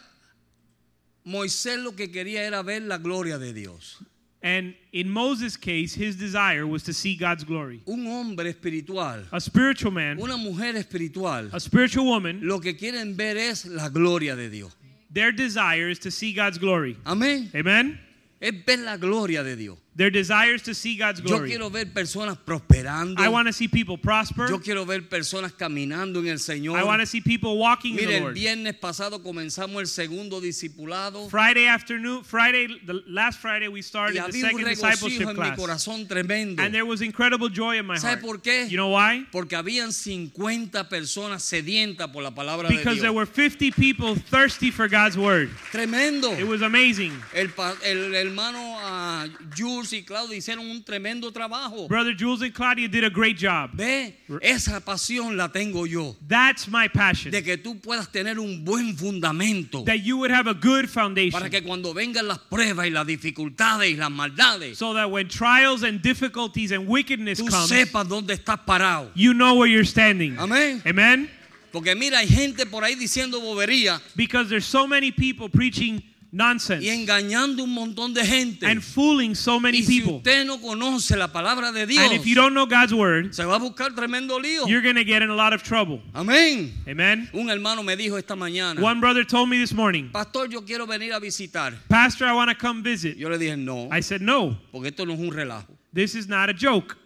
[SPEAKER 3] Moisés lo que quería era ver la gloria de Dios.
[SPEAKER 4] And in Moses' case, his desire was to see God's glory.
[SPEAKER 3] Un hombre espiritual,
[SPEAKER 4] A spiritual man,
[SPEAKER 3] una mujer espiritual,
[SPEAKER 4] a spiritual woman,
[SPEAKER 3] lo que quieren ver es la gloria de Dios.
[SPEAKER 4] their desire is to see God's glory.
[SPEAKER 3] Amén.
[SPEAKER 4] Amen?
[SPEAKER 3] Es ver la gloria de Dios.
[SPEAKER 4] Their desire is to see God's
[SPEAKER 3] Yo
[SPEAKER 4] glory.
[SPEAKER 3] quiero ver personas prosperando.
[SPEAKER 4] I want to see people prosper.
[SPEAKER 3] Yo quiero ver personas caminando en el Señor.
[SPEAKER 4] I want to see people walking in
[SPEAKER 3] Mire,
[SPEAKER 4] the
[SPEAKER 3] el
[SPEAKER 4] Lord.
[SPEAKER 3] viernes pasado comenzamos el segundo discipulado.
[SPEAKER 4] Friday afternoon, Friday, the last Friday, we
[SPEAKER 3] Y
[SPEAKER 4] started the
[SPEAKER 3] había un
[SPEAKER 4] second
[SPEAKER 3] regocijo
[SPEAKER 4] discipleship
[SPEAKER 3] en mi
[SPEAKER 4] class.
[SPEAKER 3] corazón tremendo.
[SPEAKER 4] And there was incredible joy in my
[SPEAKER 3] ¿Sabe
[SPEAKER 4] heart.
[SPEAKER 3] por qué?
[SPEAKER 4] You know why?
[SPEAKER 3] Porque habían 50 personas sedientas por la palabra de
[SPEAKER 4] Because
[SPEAKER 3] Dios.
[SPEAKER 4] there were 50 people thirsty for God's word.
[SPEAKER 3] Tremendo.
[SPEAKER 4] It was amazing.
[SPEAKER 3] El, pa- el hermano ah, Jules y Claudio hicieron un tremendo trabajo.
[SPEAKER 4] Brother Jules and Claudia did a great job.
[SPEAKER 3] Ve, esa pasión la tengo yo.
[SPEAKER 4] That's my passion.
[SPEAKER 3] De que tú puedas tener un buen fundamento.
[SPEAKER 4] That you would have a good
[SPEAKER 3] Para
[SPEAKER 4] foundation.
[SPEAKER 3] que cuando vengan las pruebas y las dificultades y las maldades,
[SPEAKER 4] So that when trials and difficulties and wickedness
[SPEAKER 3] tú
[SPEAKER 4] comes,
[SPEAKER 3] sepas dónde estás parado.
[SPEAKER 4] you know where you're standing.
[SPEAKER 3] Amén.
[SPEAKER 4] Amen.
[SPEAKER 3] Porque mira, hay gente por ahí diciendo bobería
[SPEAKER 4] Because there's so many people preaching nonsense
[SPEAKER 3] y engañando un montón de gente.
[SPEAKER 4] and fooling so many
[SPEAKER 3] Y si
[SPEAKER 4] people.
[SPEAKER 3] usted no conoce la palabra de Dios,
[SPEAKER 4] And if you don't know God's word,
[SPEAKER 3] se va a buscar tremendo lío.
[SPEAKER 4] you're going to get in a lot of trouble.
[SPEAKER 3] Amén.
[SPEAKER 4] Amen.
[SPEAKER 3] Un hermano me dijo esta mañana,
[SPEAKER 4] One brother told me this morning,
[SPEAKER 3] pastor, yo quiero venir a visitar.
[SPEAKER 4] Pastor, I want to come visit.
[SPEAKER 3] Yo le dije, no,
[SPEAKER 4] I said, No,
[SPEAKER 3] porque esto no es un relajo.
[SPEAKER 4] this is not a joke.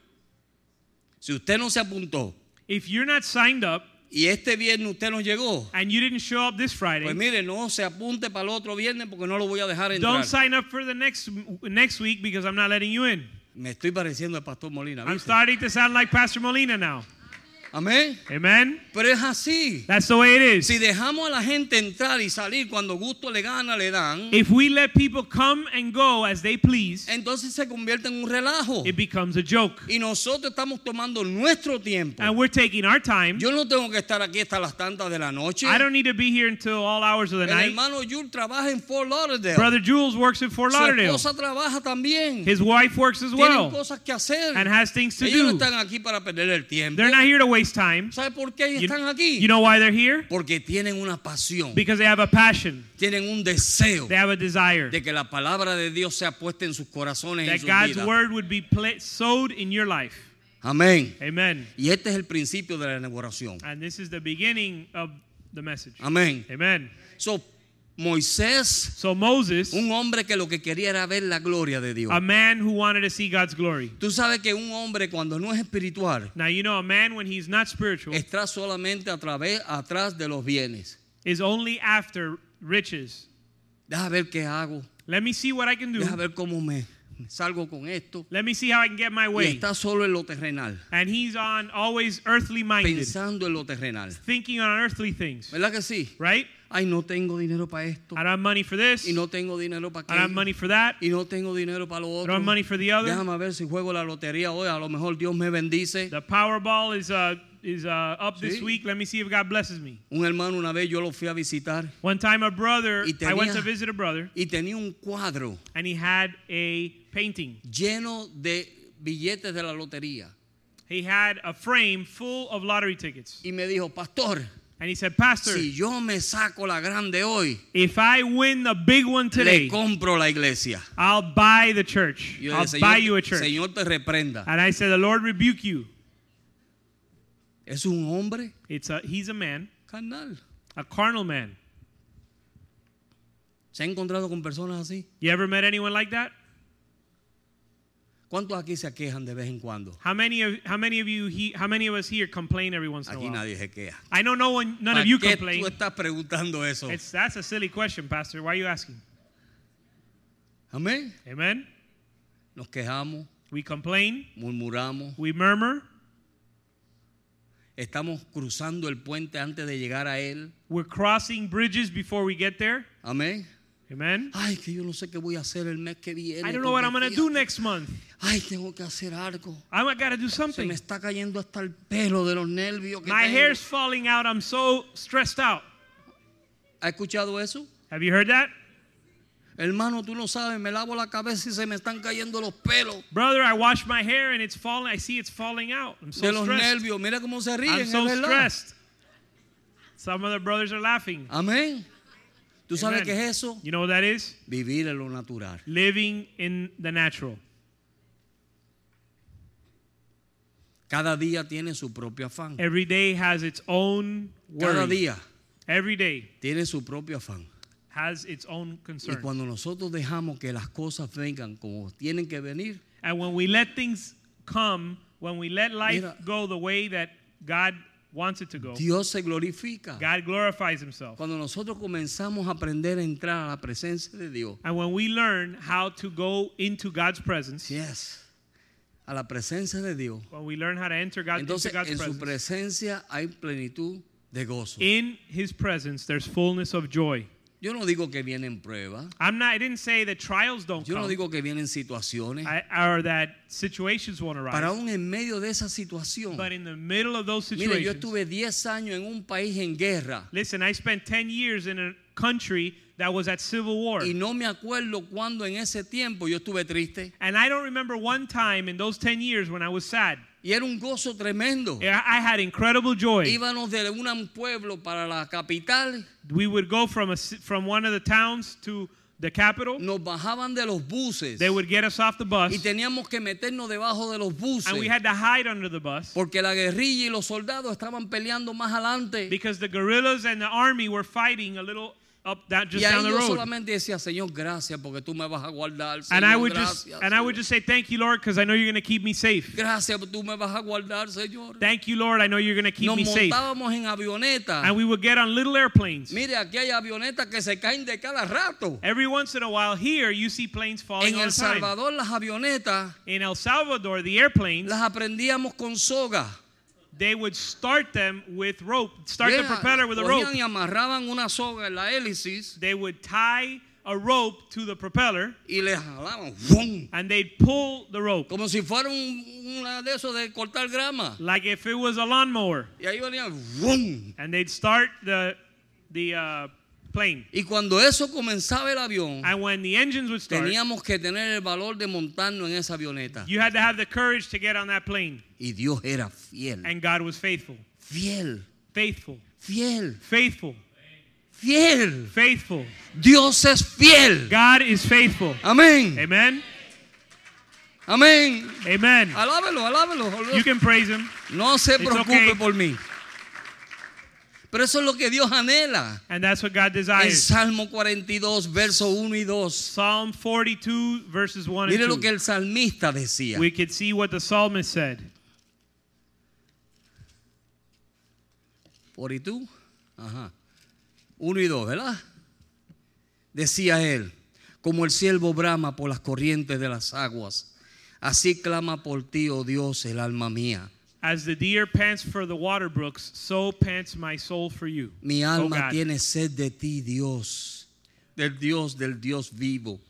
[SPEAKER 3] Si usted no se apuntó
[SPEAKER 4] If you're not signed up
[SPEAKER 3] y este viernes usted no llegó,
[SPEAKER 4] and you didn't show up this
[SPEAKER 3] pues
[SPEAKER 4] Friday,
[SPEAKER 3] mire, no se apunte para el otro viernes porque no lo voy a dejar entrar.
[SPEAKER 4] don't sign up for the next next week because I'm not letting you in.
[SPEAKER 3] Me estoy pareciendo al pastor Molina.
[SPEAKER 4] I'm
[SPEAKER 3] ¿viste?
[SPEAKER 4] starting to sound like Pastor Molina now.
[SPEAKER 3] Amén.
[SPEAKER 4] Amen.
[SPEAKER 3] Pero es así.
[SPEAKER 4] That's the way it
[SPEAKER 3] Si
[SPEAKER 4] is.
[SPEAKER 3] dejamos a la gente entrar y salir cuando gusto le gana, le dan,
[SPEAKER 4] If we let people come and go as they please,
[SPEAKER 3] entonces se convierte en un relajo.
[SPEAKER 4] it becomes a joke.
[SPEAKER 3] Y nosotros estamos tomando nuestro tiempo.
[SPEAKER 4] And we're taking our time.
[SPEAKER 3] Yo no tengo que estar aquí hasta las tantas de la noche.
[SPEAKER 4] I don't need to be here until all hours of the
[SPEAKER 3] El
[SPEAKER 4] night.
[SPEAKER 3] hermano Jules trabaja en Fort Lauderdale.
[SPEAKER 4] Brother Jules works in Fort
[SPEAKER 3] Su
[SPEAKER 4] Lauderdale.
[SPEAKER 3] esposa trabaja también.
[SPEAKER 4] His wife works as
[SPEAKER 3] Tienen
[SPEAKER 4] well
[SPEAKER 3] cosas que hacer.
[SPEAKER 4] and has things to
[SPEAKER 3] Ellos no
[SPEAKER 4] do.
[SPEAKER 3] están aquí para perder el tiempo.
[SPEAKER 4] They're not here to waste time.
[SPEAKER 3] ¿Sabe por qué
[SPEAKER 4] You,
[SPEAKER 3] están aquí?
[SPEAKER 4] you know why they're here?
[SPEAKER 3] Porque tienen una pasión.
[SPEAKER 4] Because they have a passion.
[SPEAKER 3] Tienen un deseo
[SPEAKER 4] They have a desire
[SPEAKER 3] de que la palabra de Dios sea puesta en sus corazones y en
[SPEAKER 4] that
[SPEAKER 3] sus
[SPEAKER 4] God's
[SPEAKER 3] vidas.
[SPEAKER 4] word would be pla sowed in your life.
[SPEAKER 3] Amén.
[SPEAKER 4] Amen.
[SPEAKER 3] Y este es el principio de la inauguración.
[SPEAKER 4] And this is the beginning of the message.
[SPEAKER 3] Amén.
[SPEAKER 4] Amen.
[SPEAKER 3] So, Moisés,
[SPEAKER 4] So Moses,
[SPEAKER 3] un hombre que lo que quería era ver la gloria de Dios.
[SPEAKER 4] a man who wanted to see God's glory.
[SPEAKER 3] Tú sabes que un hombre cuando no es espiritual
[SPEAKER 4] Now, you know, a man when he's not spiritual
[SPEAKER 3] está solamente a través, atrás de los bienes.
[SPEAKER 4] is only after riches.
[SPEAKER 3] Deja ver qué hago.
[SPEAKER 4] Let me see what I can do.
[SPEAKER 3] Deja ver cómo me, me salgo con esto.
[SPEAKER 4] Let me see how I can get my
[SPEAKER 3] Y
[SPEAKER 4] way.
[SPEAKER 3] está solo en lo terrenal,
[SPEAKER 4] And he's on always earthly minded,
[SPEAKER 3] pensando en lo terrenal.
[SPEAKER 4] thinking on earthly things,
[SPEAKER 3] ¿Verdad que sí?
[SPEAKER 4] right?
[SPEAKER 3] Ay, no tengo dinero para esto.
[SPEAKER 4] I don't have money for this.
[SPEAKER 3] Y no tengo dinero para
[SPEAKER 4] I don't have
[SPEAKER 3] aquello.
[SPEAKER 4] money for that.
[SPEAKER 3] Y no tengo dinero para lo
[SPEAKER 4] I
[SPEAKER 3] otro.
[SPEAKER 4] don't have money for the other.
[SPEAKER 3] Déjame ver si juego la lotería hoy. A lo mejor Dios me bendice.
[SPEAKER 4] The Powerball is uh, is uh, up this
[SPEAKER 3] Sí.
[SPEAKER 4] week. Let me see if God blesses me.
[SPEAKER 3] Un hermano una vez yo lo fui a visitar
[SPEAKER 4] One time, a brother,
[SPEAKER 3] Y
[SPEAKER 4] I went
[SPEAKER 3] tenía-
[SPEAKER 4] to visit a brother,
[SPEAKER 3] y tenía un cuadro
[SPEAKER 4] and he had a painting.
[SPEAKER 3] lleno de billetes de la lotería.
[SPEAKER 4] He had a frame full of lottery tickets.
[SPEAKER 3] Y me dijo, pastor,
[SPEAKER 4] And he said, Pastor,
[SPEAKER 3] si yo me saco la grande hoy,
[SPEAKER 4] if I win the big one
[SPEAKER 3] le
[SPEAKER 4] today,
[SPEAKER 3] compro la iglesia.
[SPEAKER 4] I'll buy the church.
[SPEAKER 3] Y yo
[SPEAKER 4] I'll
[SPEAKER 3] dije,
[SPEAKER 4] buy you a
[SPEAKER 3] Señor,
[SPEAKER 4] church.
[SPEAKER 3] Señor te reprenda.
[SPEAKER 4] And I said, The Lord rebuke you.
[SPEAKER 3] Es un hombre
[SPEAKER 4] It's a, he's a man,
[SPEAKER 3] carnal.
[SPEAKER 4] a carnal man.
[SPEAKER 3] ¿Se ha encontrado con personas así?
[SPEAKER 4] You ever met anyone like that?
[SPEAKER 3] ¿Cuántos aquí se quejan de vez en cuando?
[SPEAKER 4] How many of how many of you he, how many of us here complain every once in a
[SPEAKER 3] Aquí
[SPEAKER 4] while?
[SPEAKER 3] nadie se queja.
[SPEAKER 4] I know no one none
[SPEAKER 3] ¿Para
[SPEAKER 4] of you
[SPEAKER 3] qué
[SPEAKER 4] complain.
[SPEAKER 3] tú estás preguntando eso?
[SPEAKER 4] It's that's a silly question, Pastor. Why are you asking?
[SPEAKER 3] Amén.
[SPEAKER 4] Amen.
[SPEAKER 3] Nos quejamos,
[SPEAKER 4] We complain,
[SPEAKER 3] murmuramos,
[SPEAKER 4] we murmur,
[SPEAKER 3] estamos cruzando el puente antes de llegar a él.
[SPEAKER 4] we're crossing bridges before we get there.
[SPEAKER 3] Amén.
[SPEAKER 4] Amen.
[SPEAKER 3] Ay, que yo no sé qué voy a hacer el mes que viene.
[SPEAKER 4] I don't know what I'm gonna
[SPEAKER 3] porque
[SPEAKER 4] do next month.
[SPEAKER 3] Ay, tengo que hacer algo.
[SPEAKER 4] I'm I gotta do
[SPEAKER 3] Se me
[SPEAKER 4] something.
[SPEAKER 3] está cayendo hasta el pelo de los nervios. Que
[SPEAKER 4] My
[SPEAKER 3] tengo.
[SPEAKER 4] hair's falling out. I'm so stressed out.
[SPEAKER 3] ¿Ha escuchado eso?
[SPEAKER 4] Have you heard that?
[SPEAKER 3] Hermano, tú no sabes, me lavo la cabeza y se me están cayendo los pelos
[SPEAKER 4] Brother, I wash my hair and it's falling. I see it's falling out. I'm
[SPEAKER 3] de
[SPEAKER 4] so
[SPEAKER 3] los
[SPEAKER 4] stressed.
[SPEAKER 3] nervios. Mira cómo se ríen,
[SPEAKER 4] I'm so
[SPEAKER 3] es verdad.
[SPEAKER 4] stressed. Some of the brothers are laughing.
[SPEAKER 3] Amén. ¿Tú sabes
[SPEAKER 4] Amen.
[SPEAKER 3] qué es eso?
[SPEAKER 4] You know what that is?
[SPEAKER 3] Vivir en lo natural.
[SPEAKER 4] Living in the natural.
[SPEAKER 3] Cada día tiene su propio afán.
[SPEAKER 4] Every day has its own
[SPEAKER 3] Cada
[SPEAKER 4] worry.
[SPEAKER 3] día
[SPEAKER 4] Every day
[SPEAKER 3] tiene su propio afán.
[SPEAKER 4] has its
[SPEAKER 3] Y
[SPEAKER 4] own concern.
[SPEAKER 3] cuando nosotros dejamos que las cosas vengan como tienen que venir,
[SPEAKER 4] And when we let things come, when we let life
[SPEAKER 3] Mira.
[SPEAKER 4] go the way that God wants it to go,
[SPEAKER 3] Dios se glorifica.
[SPEAKER 4] God glorifies Himself.
[SPEAKER 3] Cuando nosotros comenzamos a aprender a entrar a la presencia de Dios,
[SPEAKER 4] And when we learn how to go into God's presence,
[SPEAKER 3] yes, a la presencia de Dios,
[SPEAKER 4] when we learn how to enter God, into
[SPEAKER 3] entonces
[SPEAKER 4] God's
[SPEAKER 3] en su
[SPEAKER 4] presence,
[SPEAKER 3] presencia hay plenitud de gozo.
[SPEAKER 4] in His presence, there's fullness of joy.
[SPEAKER 3] Yo no digo que vienen pruebas,
[SPEAKER 4] I'm not. I didn't say that trials don't
[SPEAKER 3] yo no
[SPEAKER 4] come,
[SPEAKER 3] digo que vienen situaciones.
[SPEAKER 4] I, or that situations won't
[SPEAKER 3] Para
[SPEAKER 4] arise.
[SPEAKER 3] aún en medio de esa situación,
[SPEAKER 4] But in the middle of those
[SPEAKER 3] mire, yo
[SPEAKER 4] situations,
[SPEAKER 3] estuve 10 años en un país en guerra
[SPEAKER 4] listen, I spent 10 years in a country that was at civil war.
[SPEAKER 3] y no me acuerdo cuándo en ese tiempo yo estuve triste.
[SPEAKER 4] And I don't remember one time in those 10 years when I was sad.
[SPEAKER 3] Y era un gozo tremendo.
[SPEAKER 4] I I had incredible joy.
[SPEAKER 3] Íbamos de un pueblo para la capital,
[SPEAKER 4] We would go from, a, ci- from one of the towns to the capital.
[SPEAKER 3] nos bajaban de los buses
[SPEAKER 4] They would get us off the bus,
[SPEAKER 3] y teníamos que meternos debajo de los buses
[SPEAKER 4] and we had to hide under the bus
[SPEAKER 3] porque la guerrilla y los soldados estaban peleando más adelante.
[SPEAKER 4] because the guerrillas and the army were fighting a little up that just
[SPEAKER 3] y ahí
[SPEAKER 4] down the
[SPEAKER 3] yo
[SPEAKER 4] road.
[SPEAKER 3] solamente decía, Señor, gracias porque tú me vas a guardar. Señor,
[SPEAKER 4] And I would
[SPEAKER 3] gracias,
[SPEAKER 4] just and I
[SPEAKER 3] Señor.
[SPEAKER 4] would just say, "Thank you, Lord, because I know you're going to keep me safe.
[SPEAKER 3] gracias, tú me vas a guardar, Señor.
[SPEAKER 4] Thank you, Lord, I know you're going to keep
[SPEAKER 3] Nos
[SPEAKER 4] me safe."
[SPEAKER 3] montábamos en avionetas.
[SPEAKER 4] And we would get on little airplanes.
[SPEAKER 3] Mire, aquí hay avionetas que se caen de cada rato.
[SPEAKER 4] Every once in a while, here you see planes
[SPEAKER 3] En
[SPEAKER 4] falling all
[SPEAKER 3] El
[SPEAKER 4] the time.
[SPEAKER 3] Salvador las avionetas
[SPEAKER 4] In El Salvador, the airplanes
[SPEAKER 3] las aprendíamos con soga.
[SPEAKER 4] they would start them with rope, start the
[SPEAKER 3] Yeah,
[SPEAKER 4] propeller with a
[SPEAKER 3] cogían
[SPEAKER 4] rope.
[SPEAKER 3] y amarraban una soga en la hélices
[SPEAKER 4] They would tie a rope to the propeller
[SPEAKER 3] y le jalaban ¡fum!
[SPEAKER 4] and they'd pull the rope
[SPEAKER 3] como si fuera un- una de esos de cortar grama
[SPEAKER 4] like if it was a lawnmower.
[SPEAKER 3] y ahí venían ¡fum!
[SPEAKER 4] And they'd start the the uh, plane.
[SPEAKER 3] y cuando eso comenzaba el avión
[SPEAKER 4] And when the engines would start,
[SPEAKER 3] teníamos que tener el valor de montarnos en esa avioneta
[SPEAKER 4] you had to have the courage to get on that plane.
[SPEAKER 3] y Dios era fiel
[SPEAKER 4] And God was faithful,
[SPEAKER 3] fiel
[SPEAKER 4] faithful,
[SPEAKER 3] fiel
[SPEAKER 4] faithful,
[SPEAKER 3] fiel
[SPEAKER 4] faithful.
[SPEAKER 3] Dios es fiel
[SPEAKER 4] God is faithful.
[SPEAKER 3] amén
[SPEAKER 4] Amen.
[SPEAKER 3] amén
[SPEAKER 4] Amen.
[SPEAKER 3] alábelo alábelo
[SPEAKER 4] You can praise Him.
[SPEAKER 3] no se
[SPEAKER 4] It's
[SPEAKER 3] preocupe
[SPEAKER 4] okay.
[SPEAKER 3] por mí Pero eso es lo que Dios anhela.
[SPEAKER 4] And that's what
[SPEAKER 3] En
[SPEAKER 4] God desires.
[SPEAKER 3] Salmo 42, verso 1 y 2.
[SPEAKER 4] Psalm 42, verses 1
[SPEAKER 3] Mire lo
[SPEAKER 4] and
[SPEAKER 3] que
[SPEAKER 4] 2.
[SPEAKER 3] el salmista decía.
[SPEAKER 4] We could see what the psalmist said.
[SPEAKER 3] 42, ajá. 1 y 2, ¿verdad? Decía él, como el siervo brama por las corrientes de las aguas, así clama por ti, oh Dios, el alma mía.
[SPEAKER 4] As the deer pants for the water brooks, so pants my soul for you.
[SPEAKER 3] Mi
[SPEAKER 4] O
[SPEAKER 3] alma
[SPEAKER 4] Oh, God.
[SPEAKER 3] tiene sed de ti, Dios, del Dios, del Dios vivo.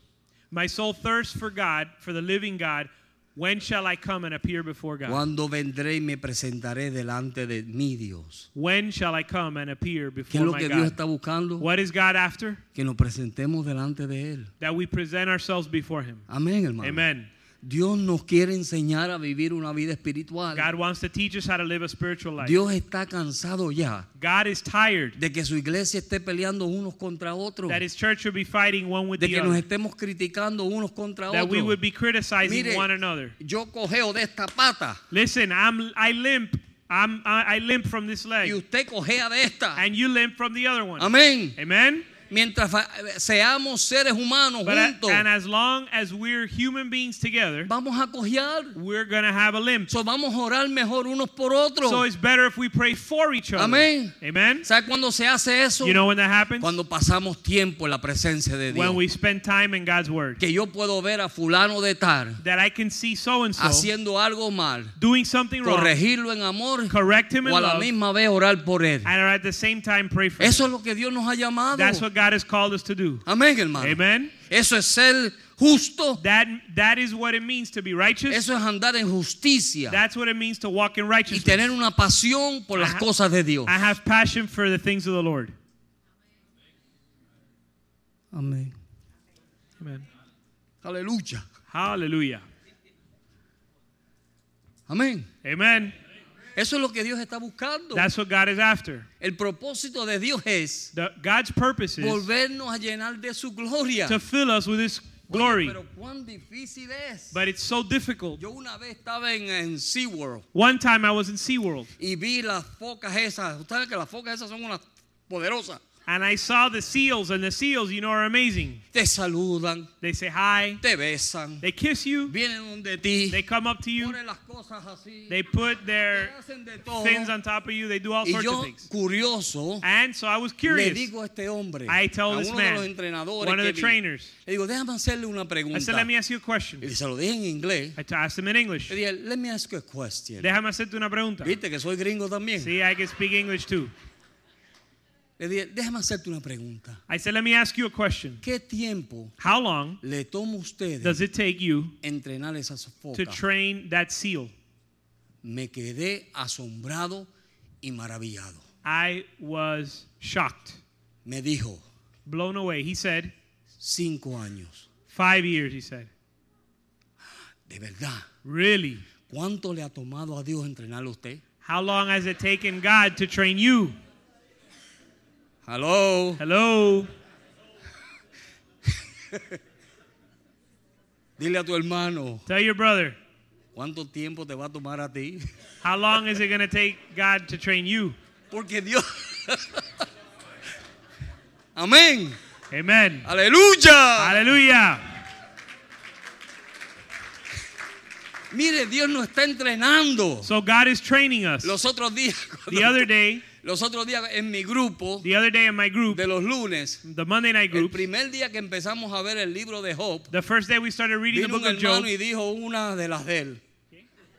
[SPEAKER 4] My soul thirsts for God, for the living God. When shall I come and appear before God?
[SPEAKER 3] Cuando vendré y me presentaré delante de mi Dios.
[SPEAKER 4] When shall I come and appear
[SPEAKER 3] ¿Qué es
[SPEAKER 4] before
[SPEAKER 3] lo
[SPEAKER 4] Oh, my
[SPEAKER 3] que Dios
[SPEAKER 4] God?
[SPEAKER 3] está buscando?
[SPEAKER 4] What is God after?
[SPEAKER 3] Que nos presentemos delante de Él.
[SPEAKER 4] That we present ourselves before Him.
[SPEAKER 3] Amén, hermano.
[SPEAKER 4] Amen.
[SPEAKER 3] Dios nos quiere enseñar a vivir una vida espiritual.
[SPEAKER 4] God wants to teach us how to live a spiritual life.
[SPEAKER 3] Dios está cansado ya
[SPEAKER 4] God is tired
[SPEAKER 3] de que su iglesia esté peleando unos contra otros,
[SPEAKER 4] that His church will be fighting one with
[SPEAKER 3] de
[SPEAKER 4] the
[SPEAKER 3] que nos
[SPEAKER 4] other,
[SPEAKER 3] estemos criticando unos contra
[SPEAKER 4] that we
[SPEAKER 3] otros.
[SPEAKER 4] would be criticizing
[SPEAKER 3] Mire,
[SPEAKER 4] one another.
[SPEAKER 3] yo cogeo de esta pata
[SPEAKER 4] Listen, I'm I limp. I'm I, I limp from this
[SPEAKER 3] y
[SPEAKER 4] leg,
[SPEAKER 3] usted cogea de esta.
[SPEAKER 4] and you limp from the other one.
[SPEAKER 3] Amén.
[SPEAKER 4] Amen.
[SPEAKER 3] Mientras fa- seamos seres humanos
[SPEAKER 4] But a-
[SPEAKER 3] juntos,
[SPEAKER 4] and as long as we're human beings together,
[SPEAKER 3] vamos a cojear.
[SPEAKER 4] we're gonna have a limp.
[SPEAKER 3] So, vamos a orar mejor unos por
[SPEAKER 4] So
[SPEAKER 3] otros.
[SPEAKER 4] it's better if we pray for each other.
[SPEAKER 3] Amén.
[SPEAKER 4] Amen.
[SPEAKER 3] ¿Sabe cuándo se hace eso?
[SPEAKER 4] You know when that happens?
[SPEAKER 3] Cuando pasamos tiempo en la presencia de Dios.
[SPEAKER 4] When we spend time in God's word.
[SPEAKER 3] Que yo puedo ver a fulano de tal
[SPEAKER 4] That I can see so and so
[SPEAKER 3] haciendo algo mal,
[SPEAKER 4] doing something wrong,
[SPEAKER 3] corregirlo en amor
[SPEAKER 4] correct him in
[SPEAKER 3] o a la
[SPEAKER 4] love,
[SPEAKER 3] misma vez orar por él.
[SPEAKER 4] and at the same time pray for him.
[SPEAKER 3] Eso es lo que Dios nos ha llamado.
[SPEAKER 4] That's what God has called us to do.
[SPEAKER 3] Amén, hermano.
[SPEAKER 4] Amen.
[SPEAKER 3] Eso es ser justo.
[SPEAKER 4] That that is what it means to be righteous.
[SPEAKER 3] Eso es andar en justicia
[SPEAKER 4] That's what it means to walk in
[SPEAKER 3] y
[SPEAKER 4] righteousness.
[SPEAKER 3] tener una pasión por las
[SPEAKER 4] Ajá.
[SPEAKER 3] cosas de Dios.
[SPEAKER 4] I have passion for the things of the Lord.
[SPEAKER 3] Amén.
[SPEAKER 4] Amen.
[SPEAKER 3] Aleluya.
[SPEAKER 4] Hallelujah.
[SPEAKER 3] Amén.
[SPEAKER 4] Amen.
[SPEAKER 3] Eso es lo que Dios está buscando.
[SPEAKER 4] That's what God is after.
[SPEAKER 3] El propósito de Dios es
[SPEAKER 4] The, God's purpose is
[SPEAKER 3] volvernos a llenar de su gloria.
[SPEAKER 4] to fill us with His
[SPEAKER 3] Oye,
[SPEAKER 4] glory.
[SPEAKER 3] Pero cuán difícil es.
[SPEAKER 4] But it's so difficult.
[SPEAKER 3] Yo una vez estaba en, en SeaWorld
[SPEAKER 4] One time I was in SeaWorld
[SPEAKER 3] y vi las focas esas. Ustedes saben que las focas esas son unas poderosas.
[SPEAKER 4] and I saw the seals, and the seals, you know, are amazing.
[SPEAKER 3] Te saludan,
[SPEAKER 4] They say hi,
[SPEAKER 3] te besan,
[SPEAKER 4] they kiss you,
[SPEAKER 3] vienen donde ti.
[SPEAKER 4] they come up to you,
[SPEAKER 3] ponen las cosas así.
[SPEAKER 4] they put
[SPEAKER 3] te
[SPEAKER 4] their
[SPEAKER 3] hacen de todo.
[SPEAKER 4] fins on top of you, they do all
[SPEAKER 3] y
[SPEAKER 4] sorts of
[SPEAKER 3] yo,
[SPEAKER 4] things.
[SPEAKER 3] curioso,
[SPEAKER 4] And so I was
[SPEAKER 3] le
[SPEAKER 4] curious.
[SPEAKER 3] digo a este hombre,
[SPEAKER 4] I told
[SPEAKER 3] a
[SPEAKER 4] this
[SPEAKER 3] uno de
[SPEAKER 4] man,
[SPEAKER 3] los entrenadores,
[SPEAKER 4] one of
[SPEAKER 3] que
[SPEAKER 4] the
[SPEAKER 3] vi,
[SPEAKER 4] trainers.
[SPEAKER 3] le digo, déjame hacerle una
[SPEAKER 4] I
[SPEAKER 3] pregunta.
[SPEAKER 4] said, let me ask you a
[SPEAKER 3] y
[SPEAKER 4] question.
[SPEAKER 3] se lo dije en inglés.
[SPEAKER 4] I t- asked him in English.
[SPEAKER 3] Le dije, let me ask you a question.
[SPEAKER 4] Déjame hacerte una pregunta.
[SPEAKER 3] Viste que soy gringo también.
[SPEAKER 4] See, I can speak English too.
[SPEAKER 3] Le dije, déjame hacerte una pregunta.
[SPEAKER 4] I said, let me ask you a question.
[SPEAKER 3] ¿Qué tiempo
[SPEAKER 4] How long
[SPEAKER 3] le toma a ustedes
[SPEAKER 4] does it take you
[SPEAKER 3] entrenar esas
[SPEAKER 4] to
[SPEAKER 3] focas?
[SPEAKER 4] train that seal?
[SPEAKER 3] Me quedé asombrado y maravillado.
[SPEAKER 4] I was shocked,
[SPEAKER 3] Me dijo,
[SPEAKER 4] blown away. He said,
[SPEAKER 3] cinco años.
[SPEAKER 4] five years, he said.
[SPEAKER 3] De verdad,
[SPEAKER 4] Really?
[SPEAKER 3] ¿cuánto le ha tomado a Dios entrenarlo a usted?
[SPEAKER 4] How long has it taken God to train you?
[SPEAKER 3] Hello.
[SPEAKER 4] Hello?
[SPEAKER 3] Dile a tu hermano,
[SPEAKER 4] Tell your brother,
[SPEAKER 3] ¿cuánto tiempo te va a tomar a ti?
[SPEAKER 4] how long is it going to take God to train you?
[SPEAKER 3] Porque Dios... Amén.
[SPEAKER 4] Amen.
[SPEAKER 3] Aleluya.
[SPEAKER 4] Hallelujah.
[SPEAKER 3] Mire, Dios nos está entrenando.
[SPEAKER 4] So God is training us.
[SPEAKER 3] Los otros días,
[SPEAKER 4] The other day,
[SPEAKER 3] los otros días en mi grupo
[SPEAKER 4] the other day in my group,
[SPEAKER 3] de los lunes,
[SPEAKER 4] the Monday night
[SPEAKER 3] el
[SPEAKER 4] group,
[SPEAKER 3] primer día que empezamos a ver el libro de Job,
[SPEAKER 4] the first day we started reading the
[SPEAKER 3] vino
[SPEAKER 4] book
[SPEAKER 3] un
[SPEAKER 4] of Job,
[SPEAKER 3] hermano y dijo una de las de él.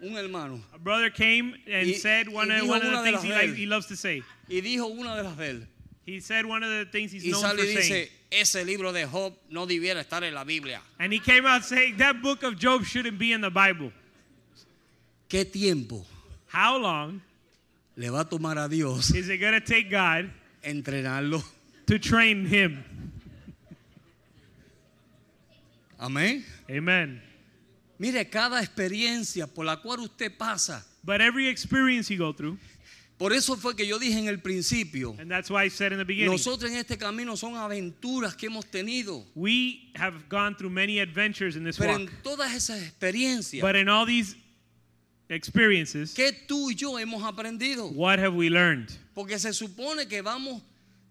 [SPEAKER 3] Un hermano.
[SPEAKER 4] A brother came and
[SPEAKER 3] Y-
[SPEAKER 4] said one
[SPEAKER 3] y
[SPEAKER 4] of,
[SPEAKER 3] dijo
[SPEAKER 4] one of
[SPEAKER 3] una
[SPEAKER 4] the
[SPEAKER 3] de las
[SPEAKER 4] things he,
[SPEAKER 3] de él.
[SPEAKER 4] likes, he loves to say.
[SPEAKER 3] Y dijo una de las de él.
[SPEAKER 4] He said one of the things he's
[SPEAKER 3] Y
[SPEAKER 4] known for
[SPEAKER 3] sale y
[SPEAKER 4] saying.
[SPEAKER 3] dice, ese libro de Job no debiera estar en la Biblia.
[SPEAKER 4] And he came out saying that book of Job shouldn't be in the Bible.
[SPEAKER 3] ¿Qué tiempo
[SPEAKER 4] How long
[SPEAKER 3] le va a tomar a Dios
[SPEAKER 4] is it going to take God
[SPEAKER 3] entrenarlo?
[SPEAKER 4] to train him?
[SPEAKER 3] Amén.
[SPEAKER 4] Amen.
[SPEAKER 3] Mire, cada experiencia por la cual usted pasa.
[SPEAKER 4] But every experience you go through,
[SPEAKER 3] Por eso fue que yo dije en el principio,
[SPEAKER 4] and that's why I said in the beginning,
[SPEAKER 3] nosotros en este camino son aventuras que hemos tenido.
[SPEAKER 4] we have gone through many adventures in this
[SPEAKER 3] Pero
[SPEAKER 4] walk.
[SPEAKER 3] en todas esas experiencias,
[SPEAKER 4] But in all these experiences,
[SPEAKER 3] ¿Qué tú y yo hemos aprendido?
[SPEAKER 4] what have we learned?
[SPEAKER 3] Porque se supone que vamos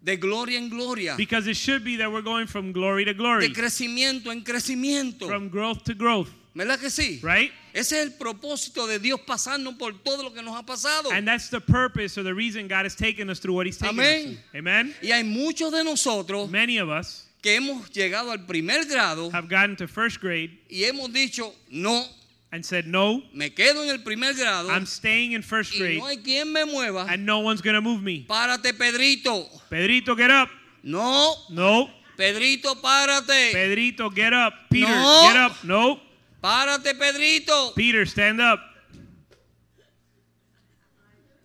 [SPEAKER 3] de gloria en gloria,
[SPEAKER 4] Because it should be that we're going from glory to
[SPEAKER 3] de
[SPEAKER 4] glory,
[SPEAKER 3] crecimiento en crecimiento.
[SPEAKER 4] from growth to growth,
[SPEAKER 3] ¿Verdad que sí?
[SPEAKER 4] right?
[SPEAKER 3] Ese es el propósito de Dios pasarnos por todo lo que nos ha pasado.
[SPEAKER 4] And that's the purpose or the reason God has taken us through what He's taken us
[SPEAKER 3] Amén.
[SPEAKER 4] through. Amen.
[SPEAKER 3] Y hay muchos de nosotros
[SPEAKER 4] Many of us
[SPEAKER 3] que hemos llegado al primer grado
[SPEAKER 4] have gotten to first grade
[SPEAKER 3] y hemos dicho, no,
[SPEAKER 4] and said, No,
[SPEAKER 3] me quedo en el primer grado
[SPEAKER 4] I'm staying in first
[SPEAKER 3] Oh. y
[SPEAKER 4] grade
[SPEAKER 3] no hay quien me mueva.
[SPEAKER 4] and no one's going to move me.
[SPEAKER 3] Párate, Pedrito.
[SPEAKER 4] Pedrito, get up.
[SPEAKER 3] No,
[SPEAKER 4] No.
[SPEAKER 3] Pedrito, párate.
[SPEAKER 4] Pedrito, get up. Peter,
[SPEAKER 3] No.
[SPEAKER 4] get up. No.
[SPEAKER 3] Párate, Pedrito.
[SPEAKER 4] Peter, stand up.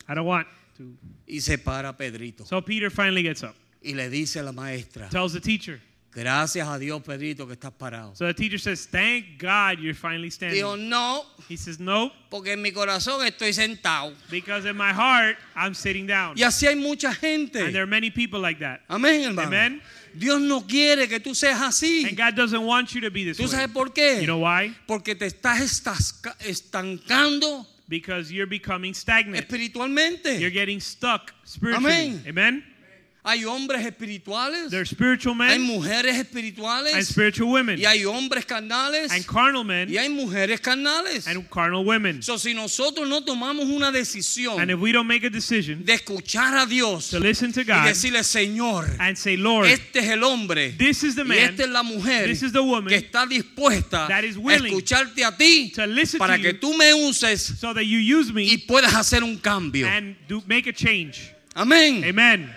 [SPEAKER 4] I don't want to.
[SPEAKER 3] Y se para Pedrito.
[SPEAKER 4] So Peter finally gets up,
[SPEAKER 3] Y le dice a la maestra,
[SPEAKER 4] tells the teacher.
[SPEAKER 3] gracias a Dios, Pedrito, que estás parado.
[SPEAKER 4] So the teacher says, Thank God you're finally
[SPEAKER 3] Dijo,
[SPEAKER 4] standing.
[SPEAKER 3] no,
[SPEAKER 4] He says, No,
[SPEAKER 3] porque en mi corazón estoy sentado.
[SPEAKER 4] because in my heart, I'm sitting down.
[SPEAKER 3] Y así hay mucha
[SPEAKER 4] And there
[SPEAKER 3] gente.
[SPEAKER 4] are many people like that.
[SPEAKER 3] Amén, hermano.
[SPEAKER 4] Amén.
[SPEAKER 3] Dios no quiere que tú seas
[SPEAKER 4] And
[SPEAKER 3] así.
[SPEAKER 4] God doesn't want you to be this
[SPEAKER 3] ¿Tú
[SPEAKER 4] way.
[SPEAKER 3] sabes por qué?
[SPEAKER 4] You know why?
[SPEAKER 3] Porque te estás estasca- estancando
[SPEAKER 4] Because you're becoming stagnant. You're
[SPEAKER 3] espiritualmente.
[SPEAKER 4] getting stuck spiritually.
[SPEAKER 3] Amén.
[SPEAKER 4] Amen.
[SPEAKER 3] Hay hombres espirituales,
[SPEAKER 4] There are spiritual
[SPEAKER 3] hay
[SPEAKER 4] men
[SPEAKER 3] mujeres
[SPEAKER 4] and
[SPEAKER 3] espirituales,
[SPEAKER 4] spiritual women,
[SPEAKER 3] y hay hombres carnales,
[SPEAKER 4] and carnal men
[SPEAKER 3] y hay mujeres carnales.
[SPEAKER 4] and carnal women.
[SPEAKER 3] So, si nosotros no tomamos una
[SPEAKER 4] And if
[SPEAKER 3] decisión
[SPEAKER 4] we don't make a decision
[SPEAKER 3] de escuchar a Dios
[SPEAKER 4] to listen to
[SPEAKER 3] y
[SPEAKER 4] God
[SPEAKER 3] decirle, Señor,
[SPEAKER 4] and say, Lord,
[SPEAKER 3] este es el hombre
[SPEAKER 4] this is the
[SPEAKER 3] y
[SPEAKER 4] man,
[SPEAKER 3] esta es la mujer
[SPEAKER 4] this is the woman
[SPEAKER 3] que está dispuesta a
[SPEAKER 4] that is willing
[SPEAKER 3] escucharte a ti
[SPEAKER 4] to listen
[SPEAKER 3] para
[SPEAKER 4] to
[SPEAKER 3] que
[SPEAKER 4] you
[SPEAKER 3] tú me uses
[SPEAKER 4] so that you use
[SPEAKER 3] y
[SPEAKER 4] me
[SPEAKER 3] puedas hacer un cambio.
[SPEAKER 4] and do, make a change.
[SPEAKER 3] Amén.
[SPEAKER 4] Amen.